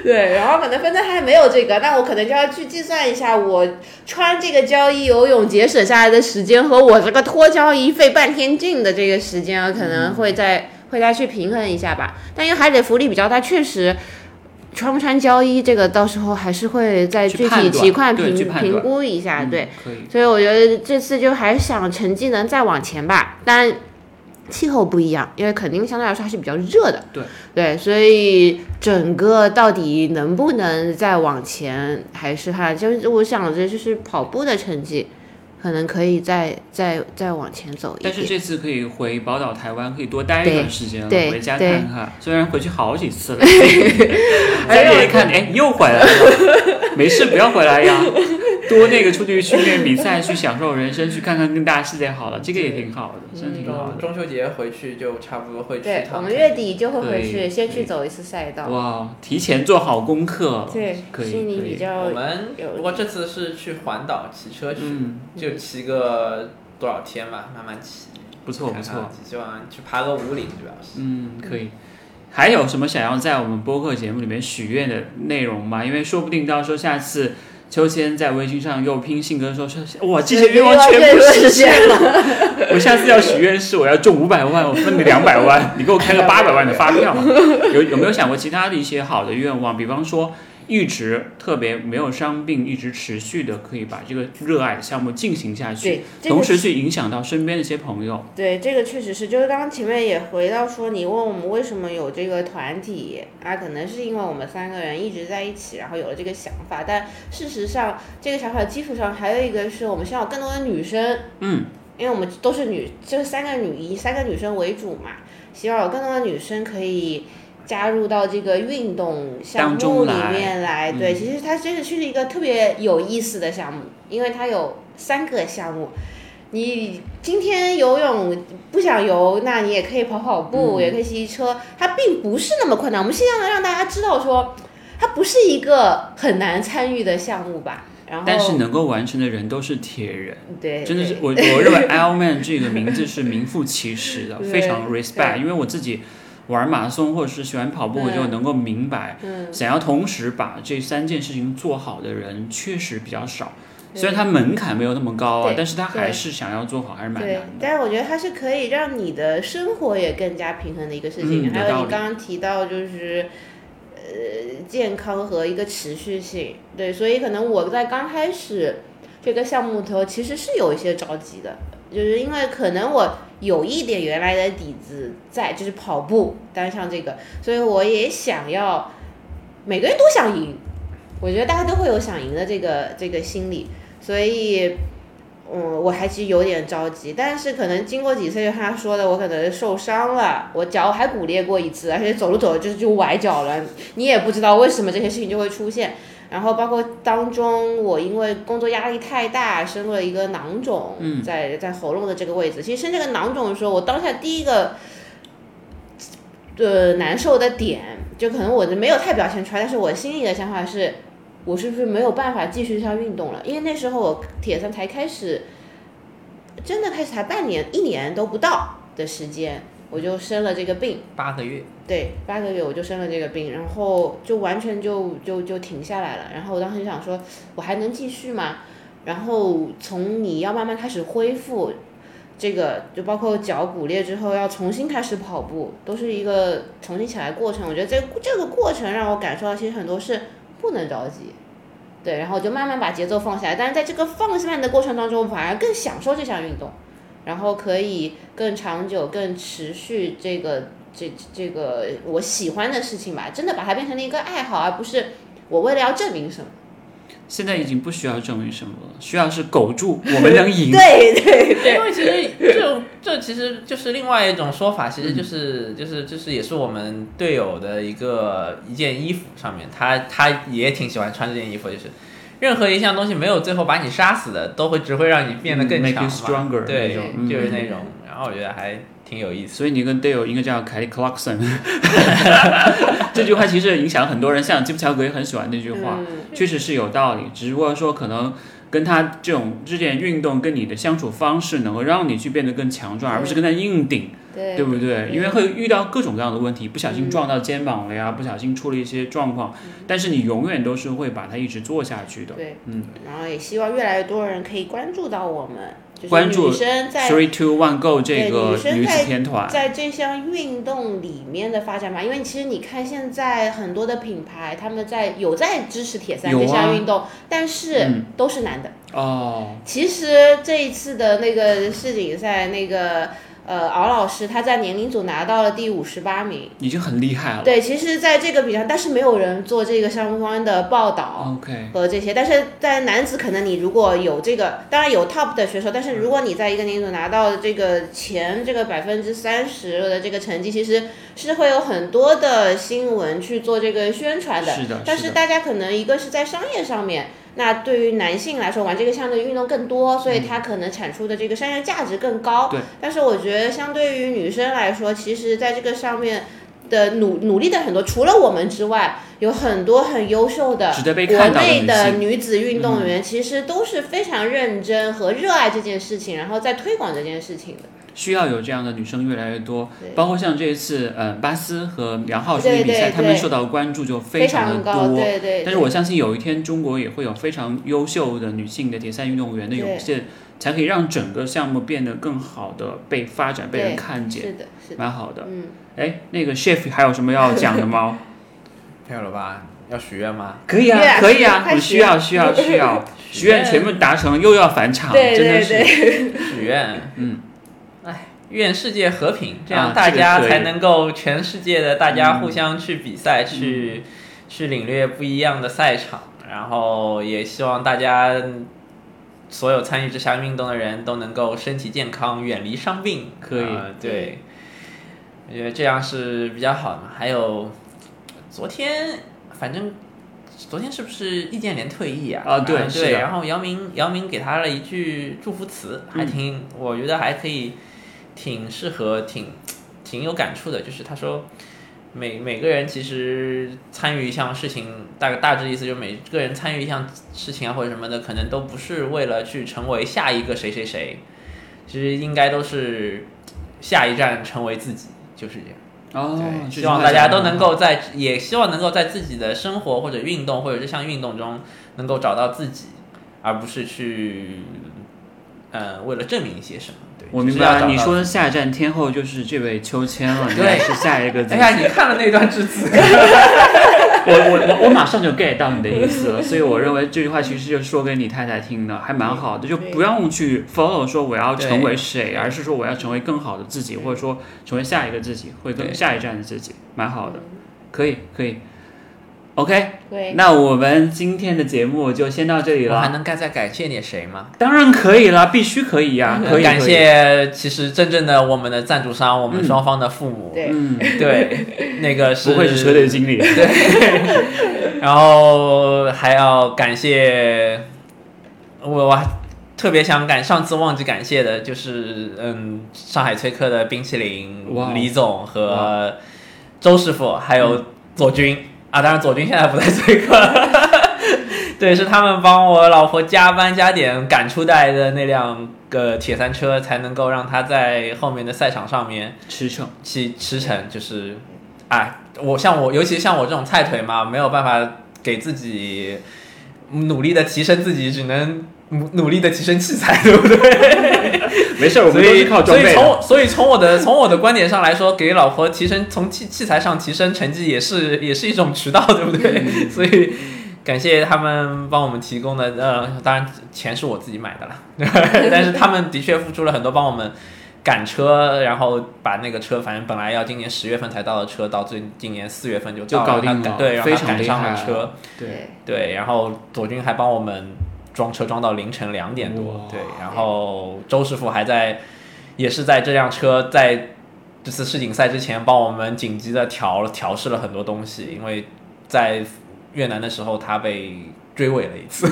对，然后可能分站还没有这个，那我可能就要去计算一下，我穿这个胶衣游泳节省下来的时间和我这个脱胶衣费半天劲的这个时间，啊可
嗯
能会再会再去平衡一下吧。但因为海里浮力比较大，确实穿不穿胶衣这个到时候还是会再
去
具
判
体
断
情况
对
评
去判
评
断
估一下，对。
嗯，可以。
所以我觉得这次就还想成绩能再往前吧，但气候不一样，因为肯定相对来说还是比较热的。
对
对，所以整个到底能不能再往前，还是看，就是我想着就是跑步的成绩，可能可以再再再往前走一
但是
点。
这次可以回宝岛台湾，可以多待一段时间了，
对
回家
对
看看。虽然回去好几次了， 再眼一看，哎，又回来了。没事，不要回来呀，多那个出去训练比赛，去享受人生，去看看更大世界好了，这个也挺好的，真的
嗯
挺好
中
的。
啊中秋节回去就差不多会去一
对，我
趟
们。月底就会
可
回
以
去，先
可以
去走一次赛道。
哇，提前做好功课，
对，
可以
心里
可以
比较
我们不过这次是去环岛骑车去，
嗯，
就骑个多少天吧，慢慢骑。
不错不
看
错
看，，希望去爬个五岭主要是。
嗯，可以。还有什么想要在我们播客节目里面许愿的内容吗？因为说不定到时候下次秋千在微信上又拼信鸽说说，哇，这些愿望全部实现了。我下次要许愿是我要中五百万，我分你两百 万，你给我开个八百万的发票。有有没有想过其他的一些好的愿望？比方说一直特别没有伤病，一直持续的可以把这个热爱的项目进行下去，
对，这个
同时去影响到身边的一些朋友。
对，这个确实是，就是刚刚前面也回到说，你问我们为什么有这个团体啊，可能是因为我们三个人一直在一起，然后有了这个想法。但事实上，这个想法的基础上还有一个是我们希望有更多的女生，
嗯，
因为我们都是女，就是三个女以三个女生为主嘛，希望有更多的女生可以加入到这个运动项
当中
目里
来
面来。
嗯
对，其实它真的是一个特别有意思的项目，因为它有三个项目。你今天游泳不想游，那你也可以跑跑
嗯
步，也可以骑骑车，它并不是那么困难。我们是要让大家知道说，它不是一个很难参与的项目吧。然后，
但是能够完成的人都是铁人，
对，
真的是
对
我我认为 Ironman 这个名字是名副其实的，
对
非常 respect。
对
因为我自己玩马拉松或者是喜欢跑步，
嗯
我就能够明白，
嗯，
想要同时把这三件事情做好的人确实比较少。
对
虽然它门槛没有那么高啊
对，
但是他还
对
是想要做好，还是蛮
对
难，的。
但是我觉得它是可以让你的生活也更加平衡的一个事情。
嗯有
还有
道
你
理
刚刚提到就是，呃，健康和一个持续性。对，所以可能我在刚开始这个项目的时候，其实是有一些着急的，就是因为可能我有一点原来的底子在，就是跑步单项这个，所以我也想要每个人都想赢。我觉得大家都会有想赢的这个这个心理，所以嗯，我还其实有点着急，但是可能经过几次，就像他说的，我可能受伤了，我脚还骨裂过一次，而且走着走着就就崴脚了，你也不知道为什么这些事情就会出现。然后包括当中，我因为工作压力太大，生了一个囊肿，
嗯
在在喉咙的这个位置。其实生这个囊肿的时候，我当下第一个，呃，难受的点，就可能我没有太表现出来，但是我心里的想法是，我是不是没有办法继续这项运动了？因为那时候我铁三才开始真的开始才半年、一年都不到的时间，我就生了这个病。
八个月，
对，八个月我就生了这个病，然后就完全就就就停下来了。然后我当时想说，我还能继续吗？然后从你要慢慢开始恢复，这个就包括脚骨裂之后要重新开始跑步，都是一个重新起来的过程。我觉得这这个过程让我感受到，其实很多是不能着急。对，然后我就慢慢把节奏放下来，但是在这个放慢的过程当中，我反而更享受这项运动，然后可以更长久、更持续这个这这个我喜欢的事情吧，真的把它变成了一个爱好，而不是我为了要证明什么。
现在已经不需要证明什么了，需要是苟住，我 们能赢。
对对
因为其实这这其实就是另外一种说法，其实就是、就是就是也是我们队友的一个一件衣服上面，他他也挺喜欢穿这件衣服，就是任何一项东西没有最后把你杀死的，都会只会让你变得更
嗯，make
强
you
嘛。
stronger 那
对
种，，
嗯
就是那种。然后我觉得还挺有意思。
所以你跟队友应该叫凯利 Clarkson，这句话其实影响很多人，像吉普乔格也很喜欢那句话，
嗯
确实是有道理。只不过说可能跟他这种这件运动跟你的相处方式，能够让你去变得更强壮，而不是跟他硬顶，
对
对不对？因为会遇到各种各样的问题，不小心
嗯
撞到肩膀了呀，不小心出了一些状况，但是你永远都是会把它一直做下去的。
对，
嗯，
然后也希望越来越多人可以关注到我们，就是
关注
女生在
Three, two, one, go！这
对
个
女生
女子
在
天团，
在这项运动里面的发展吧，因为其实你看现在很多的品牌，他们在有在支持铁三
有啊
这项运动，但是
嗯
都是男的。
哦，
其实这一次的那个世锦赛，那个呃敖老师他在年龄组拿到了第五十八名。
已经很厉害了。
对，其实在这个比赛，但是没有人做这个相关的报道。
OK，
和这些，但是在男子可能你如果有这个，当然有 top 的选手，但是如果你在一个年龄组拿到这个前这个百分之三十的这个成绩，其实是会有很多的新闻去做这个宣传的。
是的，
但
啊是
是
的。
大家可能一个是在商业上面，那对于男性来说玩这个项的运动更多，所以它可能产出的这个商业价值更高。
嗯对。
但是我觉得相对于女生来说，其实在这个上面。的努努力的很多，除了我们之外，有很多很优秀的
值得被
国
看到的
内
女
的
性嗯
女子运动员，其实都是非常认真和热爱这件事情，然后在推广这件事情的。
需要有这样的女生越来越多
对，
包括像这一次，呃，巴斯和梁浩出
对
的比赛，
对
他们
对
受到关注就
非
常的
高，
多。
对对。
但是我相信有一天，中国也会有非常优秀的女性的铁三运动员的涌现，才可以让整个项目变得更好的被发展、被
对
人看见，
是的，是的，
蛮好的。
嗯，
哎，那个 chef 还有什么要讲的吗？
没有了吧？要许愿吗？
可以
对
啊，
啊
可以啊，
快
我需
许
要需要需 要，许愿全部达成又要返场，
对
真的
对
是。
对。
许愿，
嗯，
哎，愿世界和平，这
啊
样大
这个
家
可以
才能够全世界的大家互相去比
嗯
赛，去去领略不一样的赛场。然后也希望大家嗯所有参与这
啊
项运动的人都能够身体健康，远离伤病。
可以
呃对。我觉得这样是比较好的嘛。还有昨天，反正昨天是不是易建联退役啊？
啊对
然后
是
对。
的
然后姚明姚明给他了一句祝福词，还挺，我觉得还可以，挺适合，挺挺有感触的。就是他说，每每个人其实参与一项事情，大大致意思就是每个人参与一项事情啊或者什么的，可能都不是为了去成为下一个谁谁谁，其实应该都是下一站成为自己，就是这样。
哦
对，，
是
希望
这
大
样
家
的
都能够在，也希望能够在自己的生活或者运动或者这项运动中，能够找到自己，而不是去，呃，为了证明一些什么。对，
我
只
明
是
白
要
了，
找
你
到
说
自
的下一站天后就是这位秋千了，
对
应该是下一个
己。
自
哎
己。
呀，你看了那段致辞，
我我我我马上就 get 到你的意思了，所以我认为这句话其实就是说给你太太听的，还蛮好的，就
对
不用去 follow 说我要
对
成为谁，而是说我要成为更好的自己，或者说成为下一个自己，或者更
对
下一站的自己，蛮好的，可以可以，OK，
对，
那我们今天的节目就先到这里
我还
了，
能该再感谢点谁吗？
当然可以了，必须可以呀、可以
嗯感，
可以
谢，其实真正的我们的赞助商，我们
嗯
双方的父母。
对
嗯，
对，那个是
不愧是车队经理，
然后还要感谢我，我还特别想感上次忘记感谢的，就是嗯，上海崔克的冰淇淋
哇哦嗯
李总和周师傅，还有左军、啊，当然左军现在不在崔克了。 对，是他们帮我老婆加班加点赶出带的那辆个铁三车，才能够让她在后面的赛场上面
驰骋，
其驰骋就是，哎，我像我，尤其像我这种菜腿嘛，没有办法给自己努力的提升自己，只能努努力的提升器材， 对不对？
没事儿，我
所
们都是
以，
靠
所
装
以
备的。
从所以从我的从我的观点上来说，给老婆提升从器器材上提升成绩也是也是一种渠道， 对不
嗯
对？所以。感谢他们帮我们提供的，呃，当然钱是我自己买的了， 但是他们的确付出了很多帮我们赶车，然后把那个车，反正本来要今年十月份才到的车，到最今年四月份就
就
到
搞定
他
了
赶对，然后
非
他
常
赶
厉
上
害
了
啊
车，
对，
对，然后左军还帮我们装车装到凌晨两点
哇
多，对，然后周师傅还在，也是在这辆车在这次世锦赛之前帮我们紧急的调调试了很多东西，因为在越南的时候他被追尾了一次，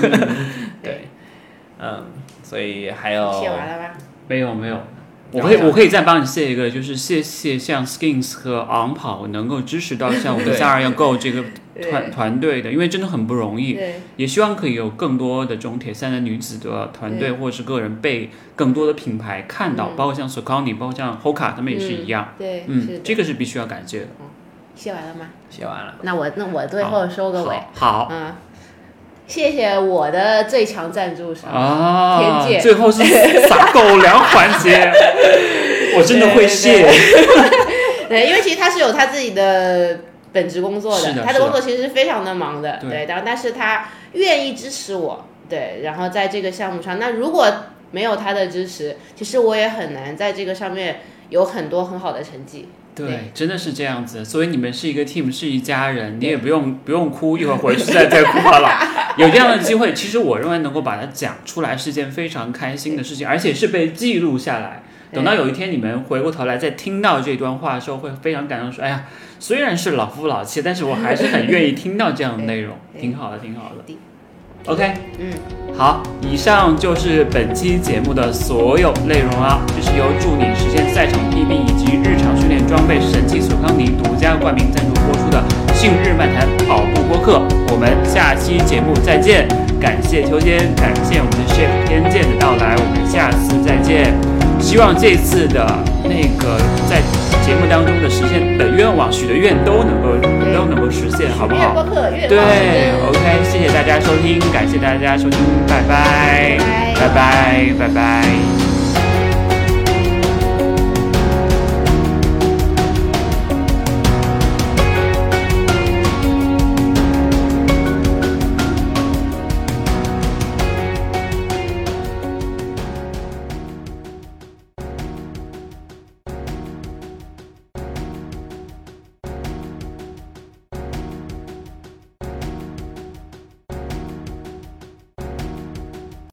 对，嗯，所以还有
写完了吧？
没有没有，我
然后
可以
像
我可以再帮你谢一个，就是谢谢像 Skins 和昂跑能够支持到像我们
对
三二幺 Go 这个团
对
团队的，因为真的很不容易。
对
也希望可以有更多的这种铁三的女子的团队
对
或者是个人被更多的品牌看到，
嗯
包括像 Soconi，包括像 Hoka，他们也是一样。
对，
嗯
是，
这
的。
个是必须要感谢的。
写完了吗？
写完了，
那我那我最后收个尾，
好
嗯，谢谢我的最强赞助商。
啊
田，姐
最后是撒狗粮环 节，我真的会谢。
对，因为其实他是有他自己的本职工作的，
是的
他
是的
的工作其实是非常的忙的，
对
对，然后但是他愿意支持我，对，然后在这个项目上，那如果没有他的支持，其实我也很难在这个上面有很多很好的成绩。
对
对，
真的是这样子，所以你们是一个 team，是一家人，你
对
也不用不用哭，一会儿回去再再哭好 了。有这样的机会，其实我认为能够把它讲出来是件非常开心的事情，而且是被记录下来。等到有一天你们回过头来再听到这段话的时候，会非常感动，说：“哎呀，虽然是老夫老妻，但是我还是很愿意听到这样的内容，
对
挺好的，挺好的
对。”
OK，
嗯，
好，以上就是本期节目的所有内容啦。这是由助你实现赛场 PB 以及日常训练装备神器索康尼独家冠名赞助播出的《幸日漫谈跑步播客》，我们下期节目再见。感谢秋千，感谢我们的 Chef 天剑的到来，我们下次再见。希望这次的那个在节目当中的实现的愿望、许的愿都能够都能够实现，好不
越
好
播？客越
对
好嗯
，OK，谢谢大家收听，感谢大家收听，拜拜，拜
拜
拜，拜拜